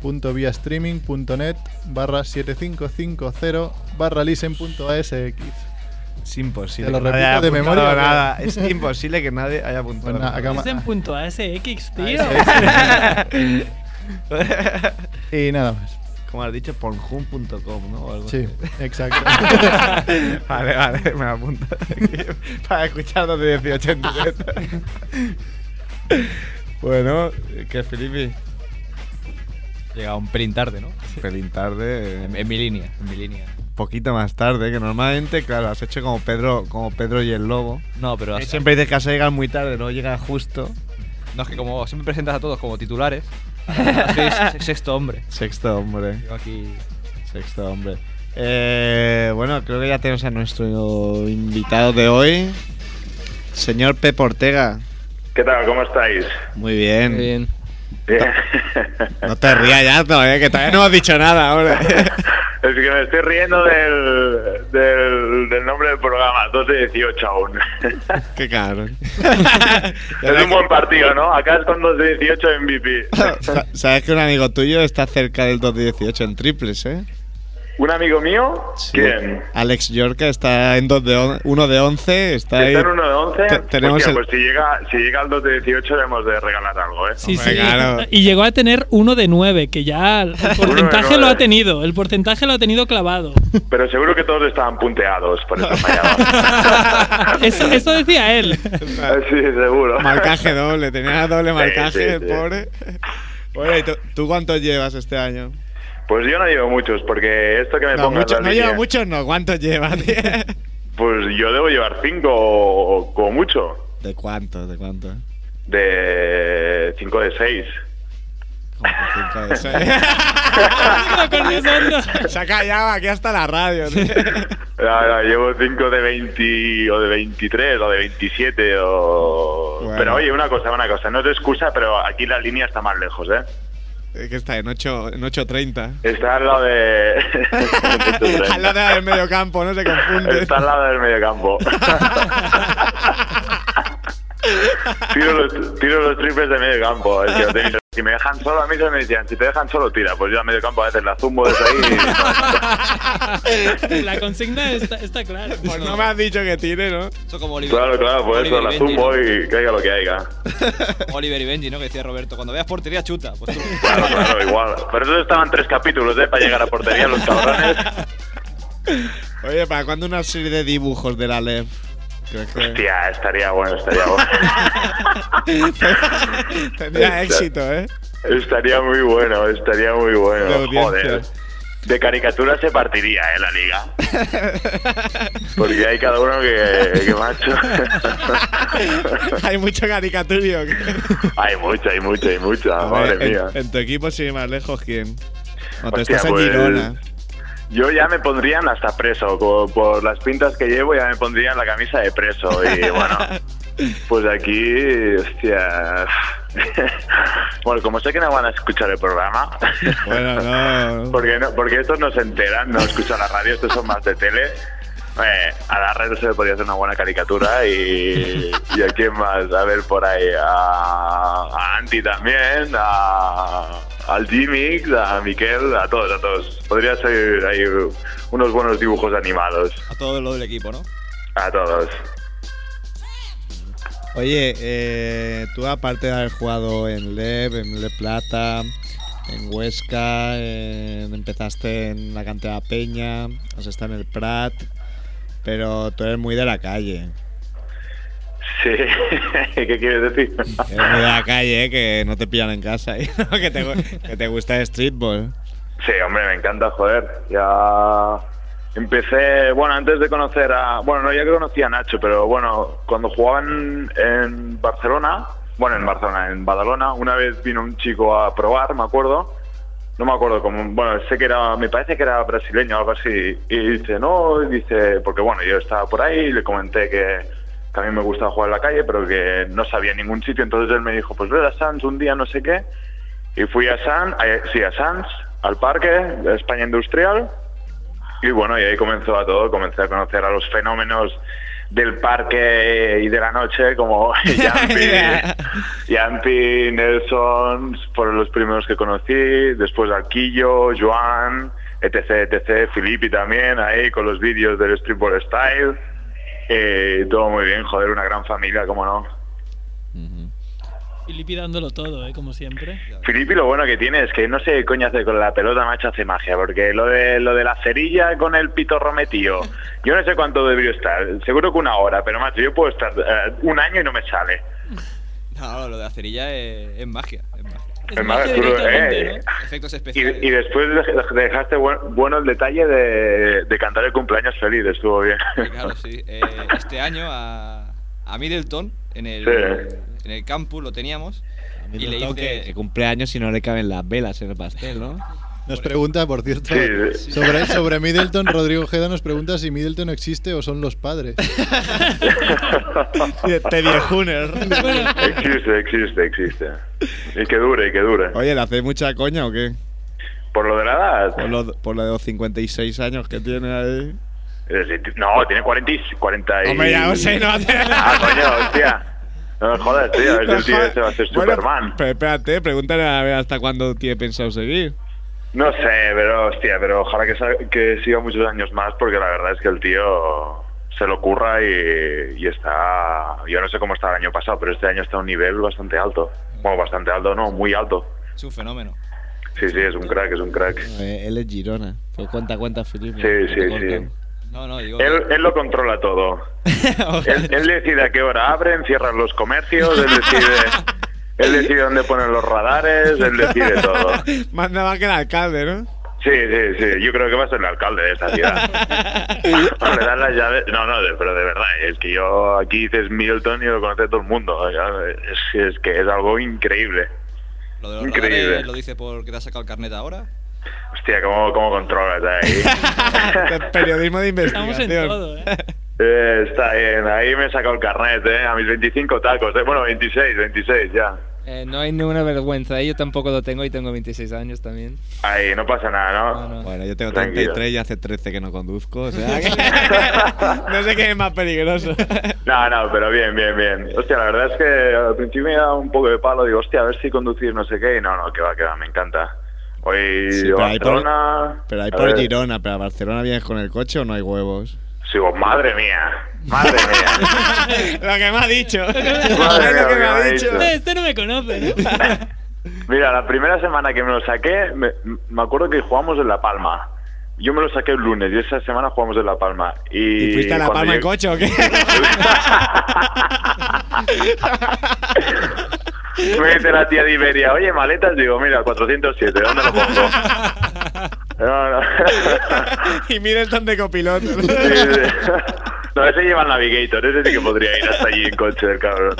s3.viastreaming.net barra 7550 barra listen.asx.
Es imposible.
Te lo
que nadie
repito
haya
de
apuntado
memoria, Pues ¿o qué?
Nada. Es imposible que nadie haya apuntado.
Bueno,
nada.
acá-
Es en punto ASX, tío.
y nada más.
Como has dicho, pornhub.com, ¿no? O algo
Sí,
así.
exacto.
vale, vale, me lo apunto. aquí Para escuchar de 18 en directo. bueno, que Felipe.
Llega un pelín tarde, ¿no?
Pelín tarde.
En, en mi línea, en mi línea.
poquito más tarde, que normalmente, claro, has hecho como Pedro, como Pedro y el Lobo.
No, pero
Que
has-
siempre dices que has llegado muy tarde, no llega justo.
No, es que como siempre presentas a todos como titulares, ahora soy se- sexto hombre.
Sexto hombre.
Yo aquí...
Sexto hombre. Eh, bueno, creo que ya tenemos a nuestro invitado de hoy, señor Pep Ortega.
¿Qué tal? ¿Cómo estáis?
Muy bien.
Bien.
No te rías ya, no, eh, que todavía no hemos dicho nada, hombre.
Es que me estoy riendo del, del, del nombre del programa, 2 de 18 aún.
Qué cabrón.
es un buen partido, ¿no? Acá es con 2 de 18 MVP.
Sa- Sabes que un amigo tuyo está cerca del 218 en triples, ¿eh?
¿Un amigo mío? ¿Quién?
Alex Yorca está en 2 de on- uno de 11, está ahí.
¿Está en 1 de 11?
Te- tenemos
Hostia,
el-
pues si llega, si llega al 2 de 18 le hemos de regalar algo, ¿eh?
Sí, sí. Y llegó a tener uno de 9, que ya el porcentaje lo ha
nueve.
tenido. El porcentaje lo ha tenido clavado.
Pero seguro que todos estaban punteados, por eso fallaba.
Eso, eso decía él.
sí, seguro.
Marcaje doble, tenía doble
Sí,
marcaje,
sí, sí.
pobre. Bueno, ¿y tú, tú cuántos llevas este año?
Pues yo no llevo muchos, porque esto que me
No,
pongas
mucho-
la
no
línea-
lleva muchos, no. ¿Cuántos llevas? tío?
Pues yo debo llevar 5 o o como mucho.
¿De cuántos? ¿De cuántos?
De 5 de 6.
Cinco de seis. Se ha callado aquí hasta la radio. tío.
llevo 5 de 20 o de 23 o de 27 o...
Bueno.
Pero oye, una cosa, una cosa. No es excusa, pero aquí la línea está más lejos, ¿eh?
Es que está en 8, en 8.30.
Está al lado de...
Al lado del mediocampo, no se confunde.
Está al lado del mediocampo. tiro, los, tiro los triples de mediocampo. Es que lo tenéis. Si me dejan solo, a mí se me decían, si te dejan solo, tira. Pues yo a mediocampo a veces la zumbo desde ahí.
La consigna está, está clara.
Eh,
Pues no me has dicho que tire, ¿no?
Eso como
y-
Oliver,
claro, claro, pues eso,
Oliver
la
y Benji,
zumbo
¿no?
y caiga lo que caiga.
Oliver y Benji, ¿no? Que decía Roberto, cuando veas portería chuta. Pues tú.
Claro, claro, igual. Pero eso estaban tres capítulos, ¿eh? Para llegar a portería, los cabrones.
Oye, ¿para cuándo una serie de dibujos de la LEV? Creo que
Hostia, estaría bueno, estaría bueno.
tendría éxito, ¿eh?
Eh,
¿eh?
Estaría muy bueno, estaría muy
De
bueno.
audiencia.
Joder. de caricaturas se partiría, ¿eh? La liga. Porque hay cada uno que, que macho.
Hay mucho caricaturio.
hay mucha, hay mucha, hay mucha.
A
madre
ver, en-
mía.
En, tu equipo, si más lejos, ¿quién? O tú
Hostia,
estás en
pues,
Girona.
Yo ya me pondrían hasta preso. co- Por las pintas que llevo, ya me pondrían la camisa de preso. Y bueno, pues aquí, hostia. bueno, como sé que no van a escuchar el programa,
Bueno, no.
porque, no, porque estos no se enteran, no escuchan la radio, estos son más de tele. Eh, a la red se le podría hacer una buena caricatura y, y a quién más, a ver por ahí, a, a Anti también, a, al Jimmy, a Miquel, a todos, a todos. Podría ser ahí unos buenos dibujos animados,
A todo lo del equipo, ¿no?
a todos.
Oye, eh, tú aparte de haber jugado en LEB, en Le Plata, en Huesca, en- empezaste en la cantera Peña, has estado en el Prat, pero tú eres muy de la calle.
Sí, ¿qué quieres decir?
Eres muy de la calle, eh, que no te pillan en casa, y ¿no? que, te, gu- que te gusta el streetball.
Sí, hombre, me encanta, joder. Ya empecé, bueno, antes de conocer a, bueno, no ya que conocí a Nacho, pero bueno, cuando jugaban en Barcelona, bueno, en Barcelona, en Badalona, una vez vino un chico a probar, me acuerdo. No me acuerdo cómo, bueno, sé que era, me parece que era brasileño o algo así, y dice, no, y dice, porque bueno, yo estaba por ahí y le comenté que, que a mí me gustaba jugar en la calle, pero que no sabía ningún sitio, entonces él me dijo, pues ve a Sanz un día, no sé qué, y fui a San, a- sí, a Sanz, al parque de España Industrial. Y bueno, y ahí comenzó a todo, comencé a conocer a los fenómenos del parque y de la noche, como Yampi, Yampi, Nelson, fueron los primeros que conocí, después Alquillo, Joan, etc, etc, Filippi también, ahí con los vídeos del Streetball Style, Eh, todo muy bien, joder, una gran familia, como no.
Y lipidándolo todo, ¿eh? como siempre.
Filippi lo bueno que tiene es que no sé qué coño hace con la pelota, macho, hace magia, porque lo de, lo de la cerilla con el pitorro metido, yo no sé cuánto debió estar, seguro que una hora, pero macho, yo puedo estar eh, un año y no me sale.
No, lo de la cerilla es, es magia. Es magia.
Es magia magia, tú, directamente, eh.
Efectos
Y,
especiales.
y después dej- dejaste buen- bueno el detalle de, de cantar el cumpleaños feliz, estuvo bien.
Claro, sí. Eh, este año a, a Middleton, en el,
Sí.
en el campus, lo teníamos. Y le
Tengo que,
hice.
que cumpleaños si no le caben las velas en el pastel, ¿no?
Nos pregunta, por cierto,
Sí, sí.
sobre, sobre Middleton, Rodrigo Ojeda nos pregunta si Middleton existe o son los padres.
Teddy Hooner.
existe, existe, existe. Y que dure, y que dure.
Oye, ¿le hacéis mucha coña o qué?
Por lo de la edad.
Por, lo, por lo de los 56 años que tiene ahí.
Es decir, Eh, No, tiene 40 y... 40 y...
Hombre, ya lo sé, no hace
Ah, coño, hostia. No me jodas, tío, es el tío ese va a ser Superman.
Pero espérate, pregúntale a ver hasta cuándo tiene pensado seguir.
No sé, pero hostia, pero ojalá que, sa- que siga muchos años más porque la verdad es que el tío se lo curra y, y está... Yo no sé cómo está el año pasado, pero este año está a un nivel bastante alto. Bueno, bastante alto, no, muy alto.
Es un fenómeno.
Sí, sí, es un crack, es un crack.
Eh, él es Girona. Pues cuenta, cuenta, Felipe.
Sí, sí, sí. Él, él lo controla todo. él, él decide a qué hora abren, cierran los comercios, él decide, él decide dónde ponen los radares, Pues, él decide todo.
Más nada más que el alcalde, ¿no?
Sí, sí, sí. Yo creo que va a ser el alcalde de esta ciudad. Le dan las llaves. No, no, de- pero de verdad, es que yo aquí dices Middleton y lo conoce todo el mundo. o sea, Es, es que es algo increíble.
Lo de los
Increíble.
radares lo dice porque te has sacado el carnet ahora.
Hostia, ¿cómo, cómo controlas ahí?
Periodismo de investigación.
Eh, está bien, ahí me he sacado el carnet, ¿eh? A mis 25 tacos, ¿eh? Bueno, 26, 26 ya.
Eh, no hay ninguna vergüenza, eh, yo tampoco lo tengo y tengo 26 años también.
Ahí, no pasa nada, ¿no?
Bueno, yo tengo
Tranquilo.
33 y hace 13 que no conduzco. O sea que... no sé qué es más peligroso.
No, no, pero bien, bien, bien. Hostia, la verdad es que al principio me daba un poco de palo. Digo, hostia, a ver si conducir no sé qué. Y no, no, que va, que va, me encanta. Hoy
Sí,
yo
pero
a
ahí por-
Barcelona...
Pero hay
a
por
ver.
Girona, pero a Barcelona vienes con el coche o no hay huevos.
Sigo, pues, madre mía, madre mía.
lo que me ha dicho.
Madre mía, lo que me ha dicho.
Este, este no me conoce, ¿no?
Mira, la primera semana que me lo saqué, me, me acuerdo que jugamos en La Palma. Yo me lo saqué el lunes y esa semana jugamos en La Palma. ¿Y,
¿Y fuiste a La
cuando
Palma en
llegué-
coche o qué?
Me dice la tía de Iberia, oye, maletas, digo, mira, 407, ¿dónde lo pongo? No, no.
y Middleton de copiloto.
Sí, sí. No, ese lleva el Navigator, ese sí que podría ir hasta allí en coche, el cabrón.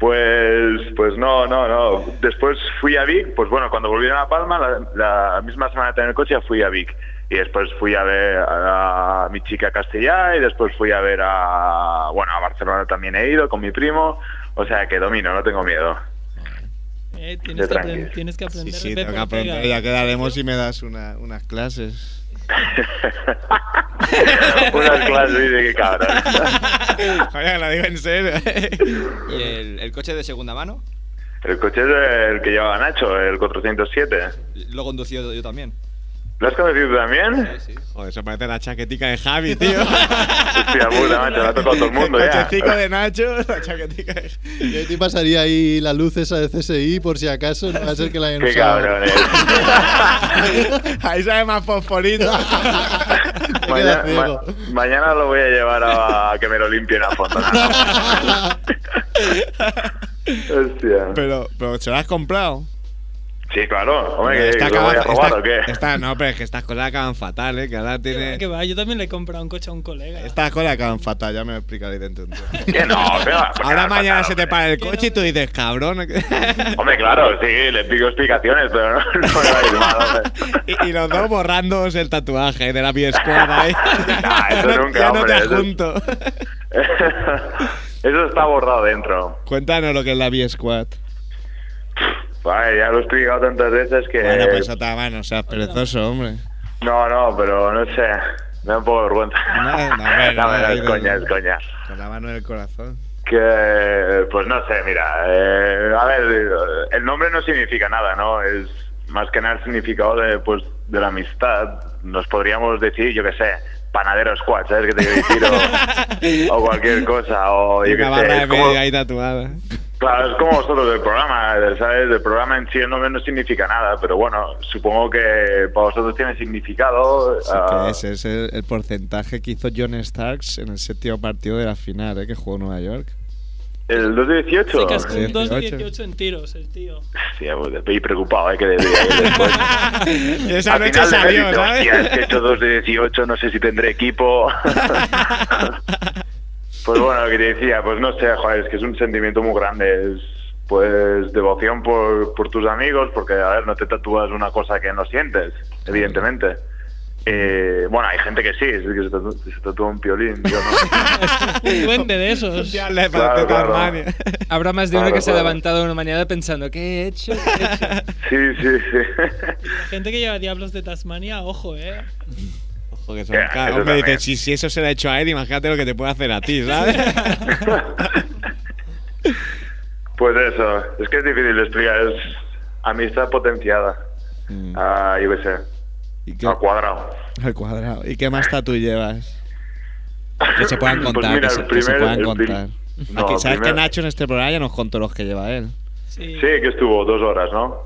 Pues, pues no, no, no. Después fui a Vic, pues bueno, cuando volvieron a Palma, la, la misma semana de tener el coche ya fui a Vic. Y después fui a ver a, a mi chica Castellá y después fui a ver a, bueno, a Barcelona también he ido con mi primo. O sea que domino, no tengo miedo.
Eh,
De
tienes, que
tranquis.
aprender, tienes que aprender.
Sí, sí,
de
tengo que
Ortega.
aprender. Ya quedaremos y me das una- unas clases.
Unas clases, dice que cabrón.
Oye, lo digo en serio.
¿Y el, el coche de segunda mano?
El coche es el que llevaba Nacho, el 407.
Lo he conducido yo también.
¿Lo has conocido tú también?
Joder, se parece a la chaquetica de Javi, tío.
Hostia puta, macho, me ha tocado todo el mundo
el
ya.
cochecico de Nacho, la chaquetica de
Yo a ti pasaría ahí la luz esa de CSI por si acaso, no va a ser que la hayan
Qué
usado.
cabrón eh. es.
Ahí sabe más fosforito.
Mañana, ma- mañana lo voy a llevar a, a que me lo limpien a fondo. Hostia.
Pero, pero ¿se lo has comprado?
Sí, claro. Hombre,
Pero
que
esta
que lo
acaba-
voy a robar
esta-
o qué.
esta- no, pero es que estas cosas acaban fatal, ¿eh? Que ahora tiene...
Que va, yo también le he comprado un coche a un colega.
Estas cosas acaban fatal, ya me lo explicaré dentro de un tiempo.
Que no, que va, pues
Ahora
nada,
mañana
fatal,
se te para el coche y tú dices, cabrón.
Hombre, claro, sí, le pico explicaciones, pero no, no me va a ir mal. hombre.
y, y los dos borrándose el tatuaje de la piescuada ahí.
Nah, eso
Ya no-
nunca,
ya no
hombre.
te
eso-
junto.
eso está borrado dentro.
Cuéntanos lo que es la B-Squad.
Eh, Vale, ya lo he explicado tantas veces que...
Bueno, pues Otama, no seas perezoso, hombre.
No, no, pero no sé. Me da un poco de vergüenza.
No, no, no,
no, es
no.
coña, es coña.
Con la mano en el corazón.
Que, pues no sé, mira. eh, a ver, el nombre no significa nada, ¿no? Es más que nada el significado de, pues, de la amistad. Nos podríamos decir, yo qué sé, panadero squad, ¿sabes qué te quiero decir? O, o cualquier cosa, o yo
Y
qué
una
sé.
barra
es
de
como-
media ahí tatuada.
Claro, es como vosotros del programa, ¿sabes? Del programa en sí el nombre no significa nada, pero bueno, supongo que para vosotros tiene significado.
Sí,
ah,
que ese es el, el porcentaje que hizo John Starks en el séptimo partido de la final, ¿eh? que jugó en Nueva York.
el 2 de 18.
Sí, que es un 2 de 18.
18 en tiros, el tío.
Sí, pues, estoy preocupado, ¿eh? Que de- de- después.
Esa
Al
noche
final de
salió,
ver, dices,
¿sabes?
"Hostia, es que he hecho 2 de 18, no sé si tendré equipo. pues bueno, lo que te decía, pues no sé, joder, es que es un sentimiento muy grande. Es, pues devoción por, por tus amigos, porque a ver, no te tatúas una cosa que no sientes, evidentemente. Eh, bueno, hay gente que sí, es que se tatú- se tatúa un piolín, yo no.
Un duende de esos.
Claro, claro.
Habrá más de uno
Claro,
que se ha
claro.
levantado una mañana pensando, ¿qué he hecho? ¿Qué he hecho?".
Sí, sí, sí.
La gente que lleva diablos de Tasmania, ojo, eh.
Ojo, que son
Ya,
caros.
Eh, eso
Hombre,
también.
dices, si, si eso se lo ha hecho a él, imagínate lo que te puede hacer a ti, ¿sabes?
Pues eso, es que es difícil de explicar, es amistad potenciada. Ah, yo qué sé. Al cuadrado.
Al cuadrado. ¿Y qué más tatu llevas? Que se puedan
Pues
contar,
mira,
que, se,
el
que se
primer-
puedan
el pri-
contar.
No,
Aquí,
el
¿Sabes que
primer-
Nacho en este programa ya nos contó los que lleva él?
Sí, que estuvo dos horas, ¿no?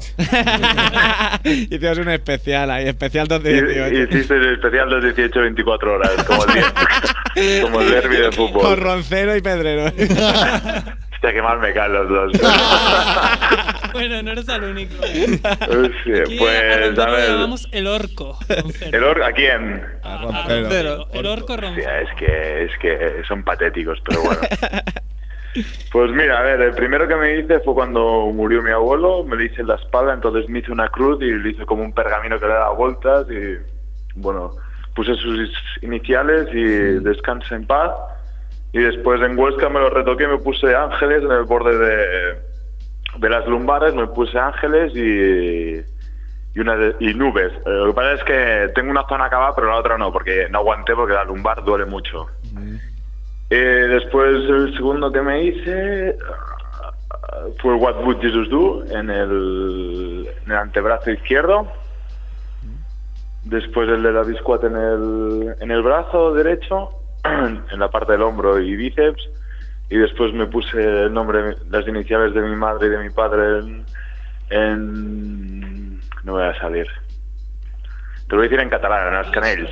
Hicimos un especial ahí, especial
Y-
218.
Hiciste el especial los 18-24 horas, como el, día- como el derby de
Con
fútbol.
roncero y pedrero.
Hostia, que mal me caen los dos.
Bueno, no eres el único.
Hostia,
Aquí
Eh, pues,
a
a
Roncero le
ver.
llamamos el orco. Roncero.
¿El or ¿A quién?
A
Roncero.
Roncero. El orco Roncero.
Hostia, es que, es que son patéticos, pero bueno. Pues mira, a ver, el primero que me hice fue cuando murió mi abuelo, me lo hice en la espalda, entonces me hice una cruz y le hice como un pergamino que le daba vueltas y, bueno, puse sus iniciales y descanse en paz. Y después en Huesca me lo retoqué, me puse ángeles en el borde de, de las lumbares, me puse ángeles y, y, una de- y nubes. Eh, Lo que pasa es que tengo una zona acabada, pero la otra no, porque no aguanté porque la lumbar duele mucho. Eh, después el segundo que me hice ah, fue What Would Jesus Do en el, en el antebrazo izquierdo. Después el de la biscuat en el, en el brazo derecho, en la parte del hombro y bíceps. Y después me puse el nombre, las iniciales de mi madre y de mi padre en, en- No me voy a salir. Te lo voy a decir en catalán, en los canells.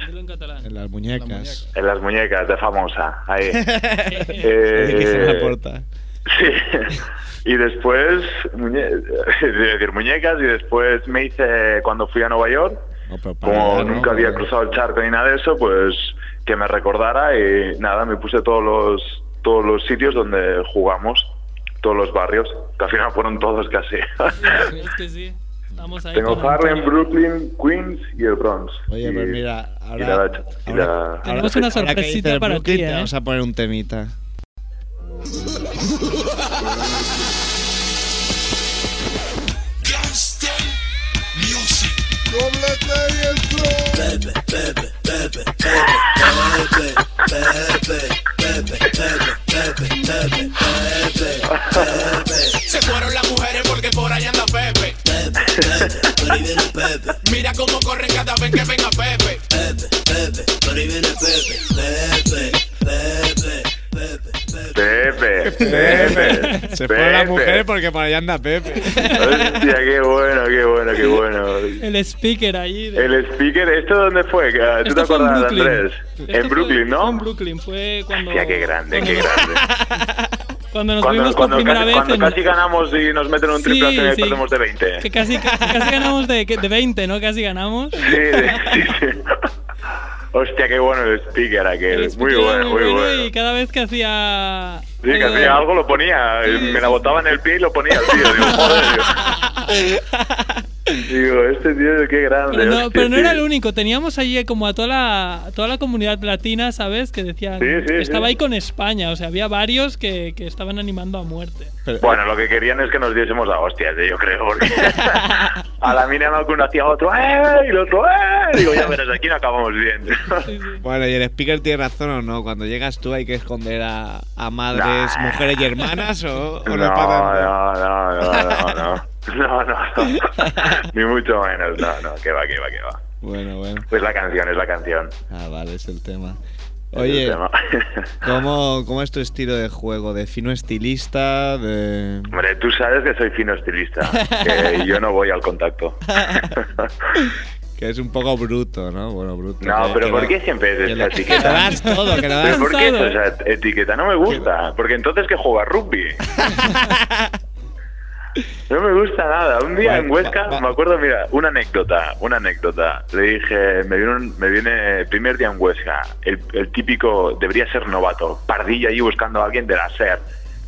En las muñecas.
En las muñecas de famosa, ahí.
Le dije la
eh,
puerta.
sí. Y después, muñe- es decir, muñecas, y después me hice, cuando fui a Nueva York,
No, pero para
Como
nada, Ah, ¿no?
nunca había cruzado el charco ni nada de eso, pues que me recordara y nada, me puse todos los, todos los sitios donde jugamos, todos los barrios, que al final fueron todos casi.
Es que sí. Estamos Pues ahí
Tengo
con el
Harlem,
Antonio.
Brooklyn, Queens y el Bronx.
Oye,
Y-
pero mira,
y
ahora-
la- y la-
Tenemos una
ahora que
sorpresita
dices
para
Brooklyn,
ti,
te
¿eh?
Vamos a poner un temita.
Pepe, pepe, pepe, pepe, pepe, pepe, pepe, pepe,
Se fueron las mujeres porque por ahí anda Pepe.
Por ahí viene Pepe,
Mira cómo corren cada vez que venga Pepe.
Pepe, por ahí viene Pepe, Pepe, Pepe.
Pepe, Pepe.
Se fue la
Pepe.
mujer porque por allá anda Pepe.
Hostia, qué bueno, qué bueno, qué bueno.
El speaker allí. de-
El speaker, ¿esto dónde fue? Ah, ¿Tú
Esto
te
fue en
acuerdas,
Brooklyn.
Andrés?
Esto
En
Este fue-
Brooklyn,
fue En
¿no?
Brooklyn fue cuando,
Hostia, qué grande, qué grande.
cuando nos
Cuando,
vimos
cuando
por primera
casi,
vez.
cuando
en-
casi ganamos y nos meten un
Sí,
triplazo y
sí.
perdemos de 20.
Que casi, que casi ganamos de, que- de 20, ¿no? Casi ganamos.
Sí, sí, sí. Hostia, qué bueno el speaker aquel. muy
Era
bueno, muy bueno.
Y cada vez que hacía.
Sí, que hacía algo lo ponía. me la botaba en el pie y lo ponía, tío. Digo, joder, digo. Digo, este tío, qué grande.
Pero no,
hostia,
pero no
sí.
era el único, teníamos allí como a toda la, a toda la comunidad latina, ¿sabes? Que decían
Sí, sí,
que estaba
sí.
ahí con España, o sea, había varios que, que estaban animando a muerte.
Bueno, lo que querían es que nos diésemos a hostias, yo creo. porque a la mina no que uno hacía otro, ¡eh! Y el otro, ¡eh! Digo, ya verás, aquí no acabamos bien.
Bueno, y el speaker tiene razón o no. Cuando llegas tú hay que esconder a, a madres,
Nah.
mujeres y hermanas o, o
No,
no
no,
pasa nada?
no, no, no, no. No, no, Ni mucho menos. No, no, que va, que va, que va.
Bueno, bueno.
Pues la canción, es la canción.
Ah, vale, es el tema.
Es el
Oye,
tema.
¿cómo, ¿cómo es tu estilo de juego? ¿De fino estilista? ¿De...?
Hombre, tú sabes que soy fino estilista. que yo no voy al contacto.
Que es un poco bruto, ¿no? Bueno, bruto.
No,
que-
pero
que
¿por
lo-
qué siempre es esta
que
etiqueta?
lo das todo, que lo das
¿Pero ¿Por qué
todo.
esa etiqueta? No me gusta. Porque entonces que juega rugby. No me gusta nada. Un día en Huesca, me acuerdo, mira, una anécdota, una anécdota. Le dije, me viene, un- me viene el primer día en Huesca, el, el típico, debería ser novato, pardilla allí buscando a alguien de la SER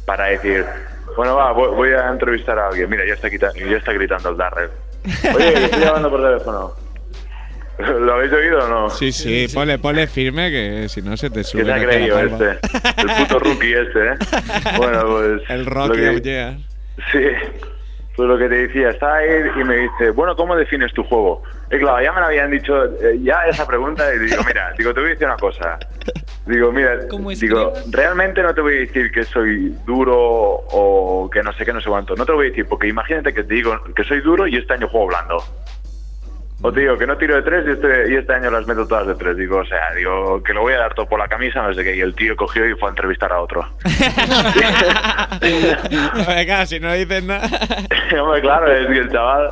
para decir, bueno, va, voy, voy a entrevistar a alguien. Mira, ya está, quita- ya está gritando el Darrell. Oye, que estoy llamando por teléfono. ¿Lo habéis oído o no?
Sí, sí, ponle, ponle firme que si no se te sube.
¿Qué te ha
no te la
creído
palma.
este? El puto rookie este, ¿eh? Bueno, pues...
El
lo
Rocky
que-
of Yeah.
Sí, pues lo que te decía, está ahí y me dice, bueno, ¿cómo defines tu juego? Y claro, ya me lo habían dicho eh, ya esa pregunta y digo, mira, digo, te voy a decir una cosa. Digo, mira, digo, realmente no te voy a decir que soy duro o que no sé qué, no sé cuánto. No te lo voy a decir porque imagínate que te digo que soy duro y este año juego blando. O te digo que no tiro de tres y este, y este año las meto todas de tres. Digo, o sea, digo que lo voy a dar todo por la camisa, no sé qué. Y el tío cogió y fue a entrevistar a otro.
Hombre, claro, si no dices nada.
hombre, claro, es que el chaval.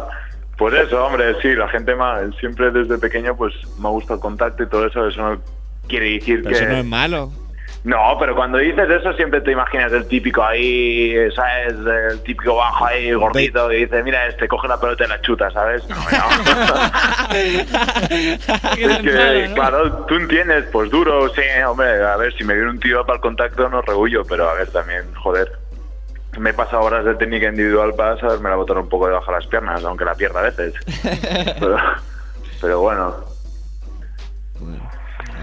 Pues eso, hombre, sí, la gente ma- siempre desde pequeño pues me gusta el contacto y todo eso. Eso no quiere decir
Pero
que.
eso no es malo.
No, pero cuando dices eso siempre te imaginas el típico ahí, ¿sabes? El típico bajo ahí, gordito, y dice, mira este, coge la pelota y la chuta, ¿sabes? No, no. es que, claro, tú entiendes, pues duro, sí, hombre, a ver, si me viene un tío para el contacto no rehuyo, pero a ver, también, joder. Me he pasado horas de técnica individual para saberme la botar un poco debajo de las piernas, aunque la pierda a veces. Pero, pero bueno,
Ay,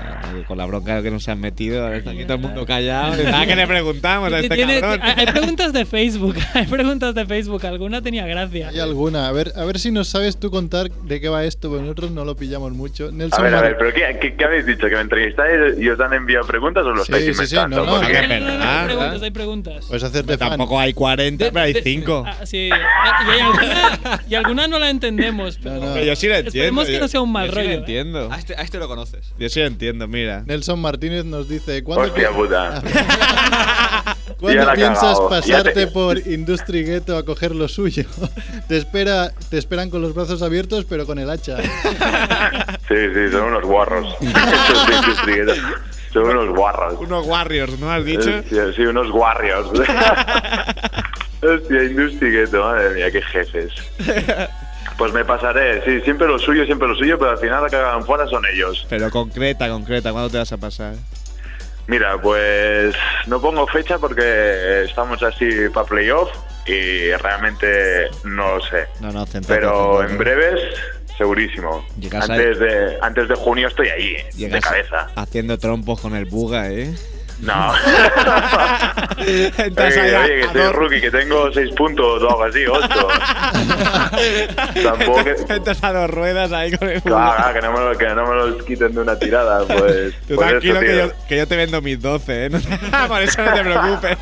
Ah, Con la bronca que nos han metido, ahora está aquí todo el mundo callado. Nada que le preguntamos a
Que
este
tiene-
cabrón.
hay, hay preguntas de Facebook, hay preguntas de Facebook, alguna tenía gracia.
Hay alguna. A ver, a ver si nos sabes tú contar de qué va esto, porque nosotros no lo pillamos mucho.
A
Nelson
ver, a
Mar-
ver, ¿pero qué, qué, qué habéis dicho? ¿Que me entrevistáis y os han enviado preguntas o lo estáis
Sí, sí, sí, no,
inventando?
no, ¿eh?
Porque-
no,
No, no, no, hay preguntas, hay preguntas.
Pues hacerte fan.
Tampoco hay 40, pero hay 5.
Ah, sí, ah, y, hay alguna, y alguna no la entendemos. Pero
Pero yo sí la entiendo.
Esperemos que
yo-
no sea un mal
yo
rollo.
Sí la
¿eh?
entiendo.
Ah,
A este, a este lo conoces.
Yo sí la entiendo, mira.
Nelson Martínez nos dice, ¿cuándo,
Hostia
pi- Ah.
puta.
¿cuándo
Ya la he
piensas
cagado, ya
pasarte
te-
por Industry Ghetto a coger lo suyo? te, espera, te esperan con los brazos abiertos, pero con el hacha.
Sí, sí, son unos guarros. Esos de Industry Ghetto son unos guarros.
Unos warriors, ¿no has dicho?
Hostia, sí, unos guarrios. Hostia, Industry Ghetto, madre mía, qué jefes. Pues me pasaré, sí, siempre lo suyo, siempre lo suyo, pero al final la que hagan fuera son ellos.
Pero concreta, concreta, ¿cuándo te vas a pasar?
Mira, pues no pongo fecha porque estamos así para playoff y realmente no lo sé.
No, no, céntrate.
Pero
céntrate.
en breves, segurísimo.
Llegas a-
Antes de, antes de junio estoy ahí, de
Llegas
cabeza.
Haciendo trompos con el buga, ¿eh?
No.
Entras
Oye,
ahí a-
oye, que
a
soy
dos-
rookie, que tengo 6 puntos o algo así, 8. Tampoco. que-
Entras a dos ruedas ahí con el
Claro,
buga.
que no, me lo, que no me los quiten de una tirada, pues.
Tú
pues
tranquilo
eso,
que
tío.
yo, que yo te vendo mis 12, ¿eh? No te- Por eso no te preocupes.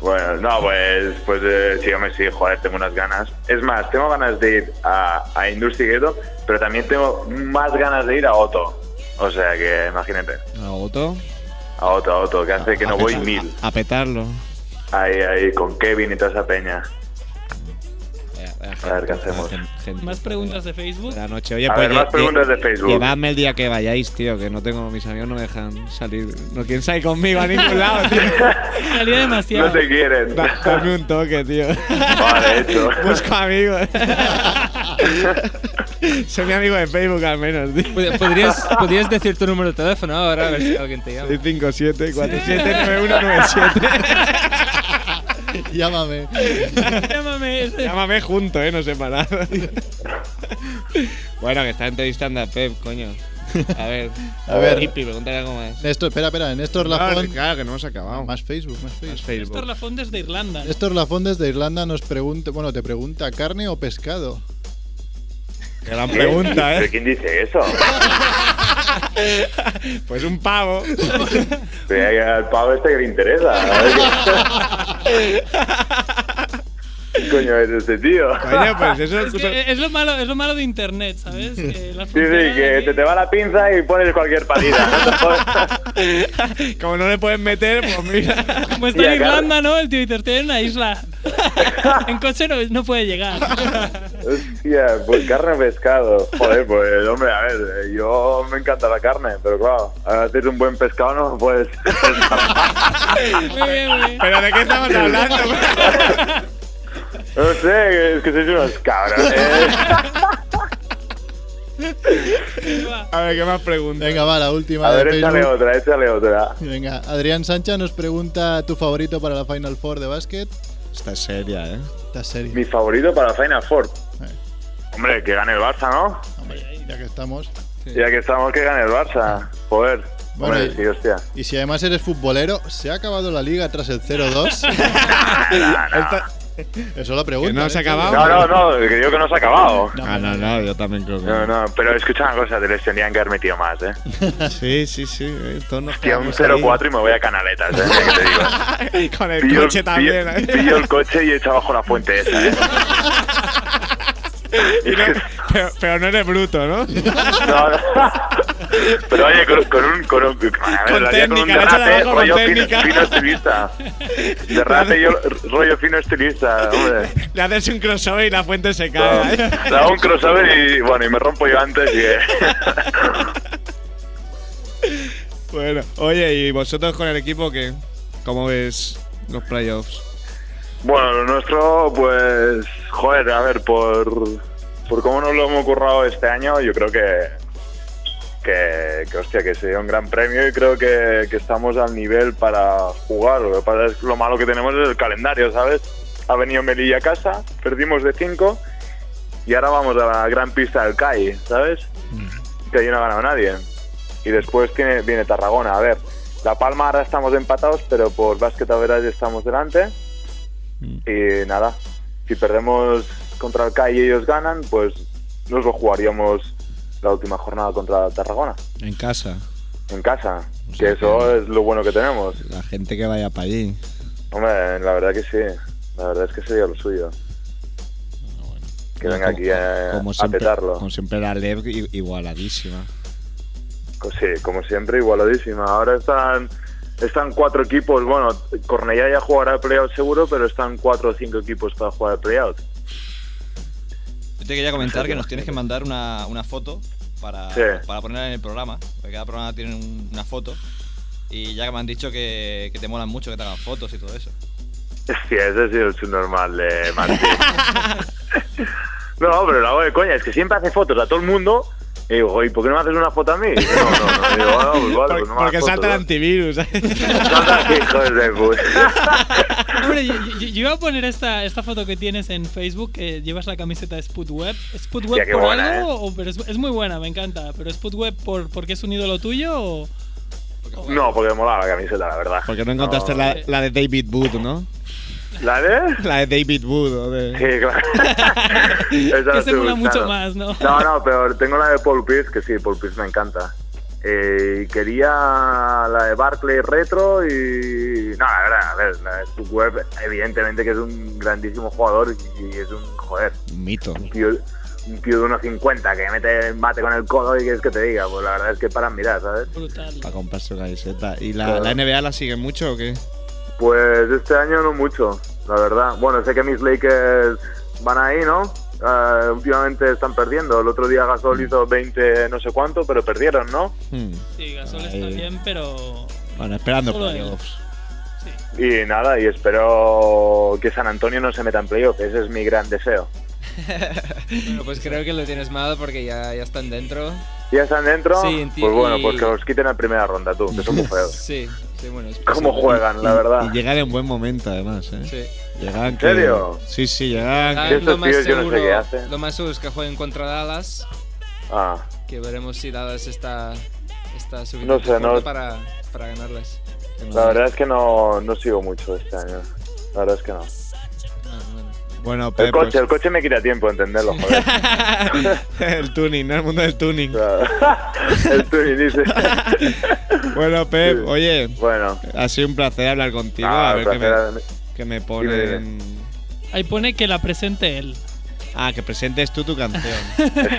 Bueno, no, pues, pues eh, sí, hombre, sí, joder, tengo unas ganas. Es más, tengo ganas de ir a, a Industry Ghetto, pero también tengo más ganas de ir a Otto. O sea que imagínate,
¿A Otto?
a Otto, a Otto, que hace que no voy mil.
A petarlo.
Ahí, ahí, con Kevin y toda esa peña. A ver qué hacemos.
Más preguntas de Facebook.
La noche, oye,
A
pues
ver, más
lle-
preguntas
lle-
de Facebook.
Llevadme el día que vayáis, tío, que no tengo, mis amigos no me dejan salir. No quieren salir conmigo a ningún lado, tío.
Salía demasiado.
No te quieren.
Da- Dame un toque, tío.
Vale, hecho.
Busco amigos. Soy mi amigo de Facebook al menos, tío.
Pod- Pues, ¿Podrías, podrías decir tu número de teléfono ahora a ver si alguien te llama.
657 479197.
Llámame.
Llámame.
Llámame junto, eh, no separado. bueno, que está entrevistando a Pep, coño. A ver.
A ver.
Hippie, pregúntale algo más.
Néstor, espera, espera, Néstor Lafon.
Claro, que no hemos acabado.
Más Facebook, más Facebook.
Néstor Lafond desde Irlanda.
Néstor Lafon desde Irlanda nos pregunta, bueno, te pregunta, ¿carne o pescado?
Gran
¿Qué?
pregunta,
¿Pero
eh.
quién dice eso?
Pues un pavo.
Pero hay al pavo este que le interesa. A ver qué- ¿Qué coño es este tío?
pues
es, que es lo malo, es lo malo de internet, ¿sabes? Que las
Sí, sí, que te, te va la pinza y pones cualquier parida. No te jodas.
Como no le pueden meter, pues mira.
Como está en Irlanda, ¿no? El Twitter está en una isla. en coche no, no puede llegar.
Hostia, pues carne o pescado. Joder, pues hombre, a ver, eh, yo me encanta la carne, pero claro, a hacer un buen pescado no puedes.
¿Pero de qué estamos hablando?
No sé, es que sois unos cabros. eh.
A ver, ¿qué más preguntas?
Venga, va, la última.
A
de
ver, échale
Facebook.
otra, échale otra.
Venga, Adrián Sancha nos pregunta tu favorito para la Final Four de básquet.
Está seria, eh.
Está seria.
Mi favorito para Final Four. Hombre, que gane el Barça, ¿no?
Ya que estamos.
Ya que estamos, que gane el Barça. Joder.
Bueno,
Hombre,
y-
sí, hostia.
Y si además eres futbolero, ¿se ha acabado la liga tras el 0-2? Eso lo pregunta.
¿Que no se ha acabado?
No, no, no, que digo que no se ha acabado.
Ah, no, no, yo también creo que
No, no, pero escucha una cosa, te les tendrían que haber metido más, ¿eh?
Sí, sí, sí. eh, todos nos
Hostia, un
quedamos
0-4 y me voy a canaletas, ¿eh? Mira que te digo.
ahí. Con el
Pillo-
coche también,
pillo-
eh.
pillo el coche y echo abajo la fuente esa, ¿eh?
Y no- pero, pero no eres bruto, ¿no?
No, no. Pero oye, con, con un. Con, un, a ver,
Con
lo haría con un
técnica, le echa de
derrate,
abajo con
rollo fino,
técnica.
fino estilista. Derrate yo, rollo fino estilista, hombre.
Le haces un crossover y la fuente se cae. ¿eh?
Le hago un crossover y bueno, y me rompo yo antes y. eh.
Bueno, oye, ¿y vosotros con el equipo qué? ¿Cómo ves los playoffs?
Bueno, lo nuestro, pues, joder, a ver, por, por cómo nos lo hemos currado este año, yo creo que, que, que, hostia, que sería un gran premio y creo que, que estamos al nivel para jugar. Lo que pasa es que lo malo que tenemos es el calendario, ¿sabes? Ha venido Melilla a casa, perdimos de 5 y ahora vamos a la gran pista del CAI, ¿sabes? Que ahí no ha ganado nadie. Y después tiene, viene Tarragona, a ver. La Palma ahora estamos empatados, pero por básquet a veras estamos delante. Y Eh, nada, si perdemos contra el CAI y ellos ganan, pues nos lo jugaríamos la última jornada contra Tarragona,
En casa.
en casa. Que eso es lo bueno que tenemos.
La gente que vaya para allí.
Hombre, la verdad que sí. La verdad es que sería lo suyo. Que venga
Como-
aquí a,
como
a
siempre,
petarlo.
Como siempre, la Lev i- igualadísima.
Co- Sí, como siempre, igualadísima. Ahora están están cuatro equipos. Bueno, Cornellá ya jugará el playout seguro, pero están cuatro o cinco equipos para jugar el playout.
Yo te quería comentar que nos tienes que mandar una, una foto para,
Sí.
para ponerla en el programa, porque cada programa tiene un- una foto. Y ya que me han dicho que, que te molan mucho que te hagan fotos y todo eso.
Sí, ese sí es el normal de Martín. No, pero la hago de coña, es que siempre hace fotos a todo el mundo. Y digo, ¿y por qué no me haces una foto a mí? Y digo, no, no, no. Y digo, "Ah, pues vale, pues no me
Porque
hagas
salta el
fotos,
antivirus. ¿eh?
¿no?". Salta, hijos de puta.
Hombre, yo, yo- yo iba a poner esta, esta foto que tienes en Facebook, que llevas la camiseta de Spudweb. ¿Spudweb
Hostia, qué
por
buena,
¿eh?
algo? o- pero es, es muy buena, me encanta. ¿Pero Spudweb por, porque es un ídolo tuyo o...?
No, porque me molaba la camiseta, la verdad.
Porque no encontraste la, la de David Wood, ¿no?
¿La de?
La de David Wood. o de-
Sí, claro. Esa la
se
estoy
mola mucho
buscando.
más, ¿no?
No, no, pero tengo la de Paul Pierce, que sí, Paul Pierce me encanta. Eh, y quería la de Barclay Retro y... No, la verdad, a ver, la de Spudweb, evidentemente que es un grandísimo jugador y, y es un... Joder,
Un mito.
un tío, un tío de unos 50 que mete mate con el codo y quieres que te diga. Pues la verdad es que para mirar, ¿sabes?
Para comprarse una camiseta. ¿Y la,
Claro.
la NBA la sigue mucho o qué?
Pues este año no mucho, la verdad. Bueno, sé que mis Lakers van ahí, ¿no? Eh, últimamente están perdiendo. El otro día Gasol hizo 20 no sé cuánto, pero perdieron, ¿no?
Hmm.
Sí, Gasol
Ahí.
está bien, pero...
Bueno, esperando
Solo él.
playoffs.
Y nada, y espero que San Antonio no se meta en playoff. Ese es mi gran deseo.
Bueno, pues creo que lo tienes mal porque ya, ya están dentro.
¿Ya están dentro?
Sí, tío,
pues bueno,
y-
pues que los quiten la primera ronda, tú, que son muy feos.
Sí, sí, bueno. es
¿Cómo
posible.
juegan, la
Y-
verdad?
Y llegar en buen momento, además, ¿eh?
Sí.
Llegaban
¿En serio?
que- Sí, sí, llegaban
Ah,
que-
lo, más seguro, lo más seguro es que jueguen contra Dallas.
Ah.
Que veremos si Dallas está, está
No sé,
suficiente fuerte
no-
para, para ganarles.
La verdad es que no, no sigo mucho este año. La verdad es que no.
Bueno,
El
Pep,
coche, el coche me quita tiempo entenderlo, joder.
el tuning, ¿no? El mundo del tuning.
el tuning, dice.
Bueno, Pep, oye.
Bueno.
Ha sido un placer hablar contigo.
Ah,
a
un
ver qué me,
placer.
qué me
Dime,
ponen.
Ahí pone que la presente él.
Ah, que presentes tú tu canción.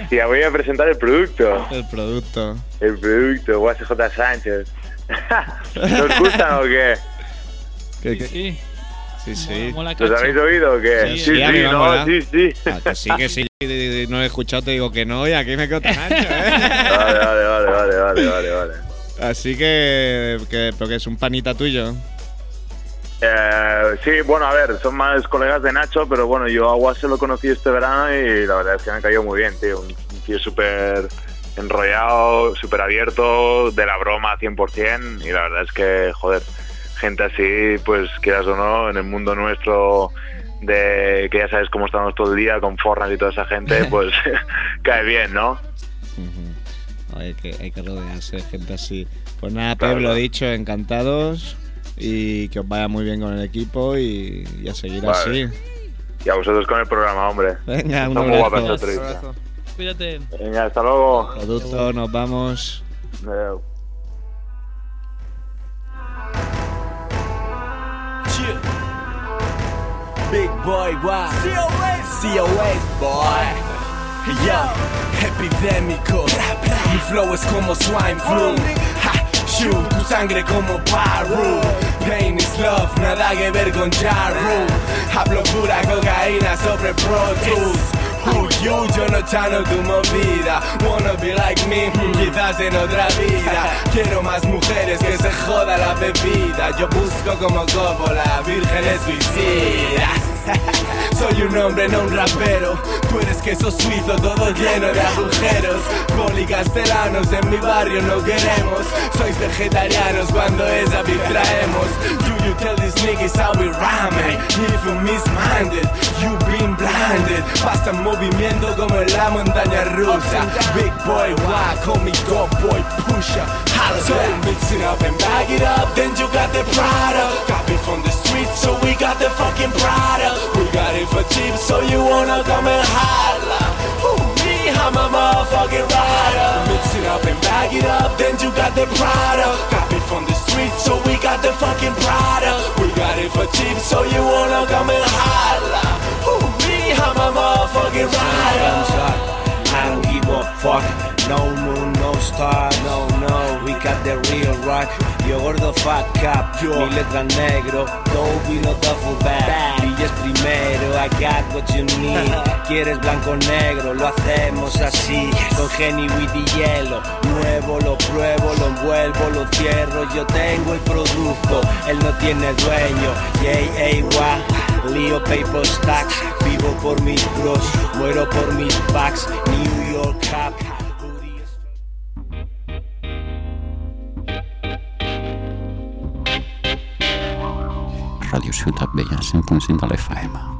Hostia, voy a presentar el producto.
El producto.
El producto, YCJ Sánchez. ¿Nos gustan o qué?
Que- que-
Sí,
sí. sí.
¿Los habéis oído o qué?
Sí, sí, a mí me mola.
Eh, sí, sí.
Ah, que sí, que sí. y- y- y No he escuchado, te digo que no, y aquí me quedo tan ancho, ¿eh?
Vale, vale, vale, vale, vale, vale, vale.
Así que, que. Pero que es un panita tuyo.
Eh, sí, bueno, a ver, son más colegas de Nacho, pero bueno, yo a Guas se lo conocí este verano y la verdad es que me cayó muy bien, tío. Un, un tío súper enrollado, súper abierto, de la broma 100%, y la verdad es que, joder, gente así, pues quieras o no, en el mundo nuestro de que ya sabes cómo estamos todo el día con Fornas y toda esa gente, pues cae bien, ¿no?
Ujú. Hay que, hay que rodearse de gente así. Pues nada,
Claro.
Pep, lo dicho, encantados. Y que os vaya muy bien con el equipo y, y a seguir
Vale.
así.
Y a vosotros con el programa, hombre.
Venga, un
Están muy guapas las
abrazo.
tres.
Cuídate.
Venga, hasta luego.
Producto, nos vamos.
Adeu.
Yeah. Big boy, wow. COS, boy. Yo, epidémico. Mi flow es como swine flu. Ha, shoot, tu sangre como paru. Pain is love, nada que ver con Jaru. Hablo pura cocaína sobre Pro Tools. Who you, yo no chano tu movida Wanna be like me, mm, quizás en otra vida Quiero más mujeres que se joda la bebida Yo busco como Coppola, vírgenes suicidas Soy un hombre, no un rapero Tú eres queso suizo, todo lleno de agujeros Poli castellanos, en mi barrio no queremos Sois vegetarianos cuando es a beef traemos Do you tell these niggas how we rhyme? eh? If you misminded, you been blinded Pasta en movimiento como en la montaña rusa Big boy, why call me dog boy pusher Holla So mix it up and bag it up Then you got the product Copy from the street so we got the fucking product We got it for cheap so you wanna come and holla Ooh, me, I'm a motherfucking rider Mix it up and bag it up Then you got the product Copy from the street so we got the fucking product We got it for cheap so you wanna come and holla Ooh, me, I'm a motherfucking rider I don't give a fuck. No moon, no star. No, no, we got the real rock. Yo gordo fat cap, mi letra negro. Don't be no duffel bag. Villas primero, I got what you need. Quieres blanco negro, lo hacemos así. Con genuid y hielo. Nuevo lo pruebo, lo envuelvo, lo cierro. Yo tengo el producto, él no tiene dueño. J.A. Leo Paper Stacks.
Vivo por mis bros, muero por mis packs. New York Cup.
Radio Ciutat Vella, 100.5 de l'FM.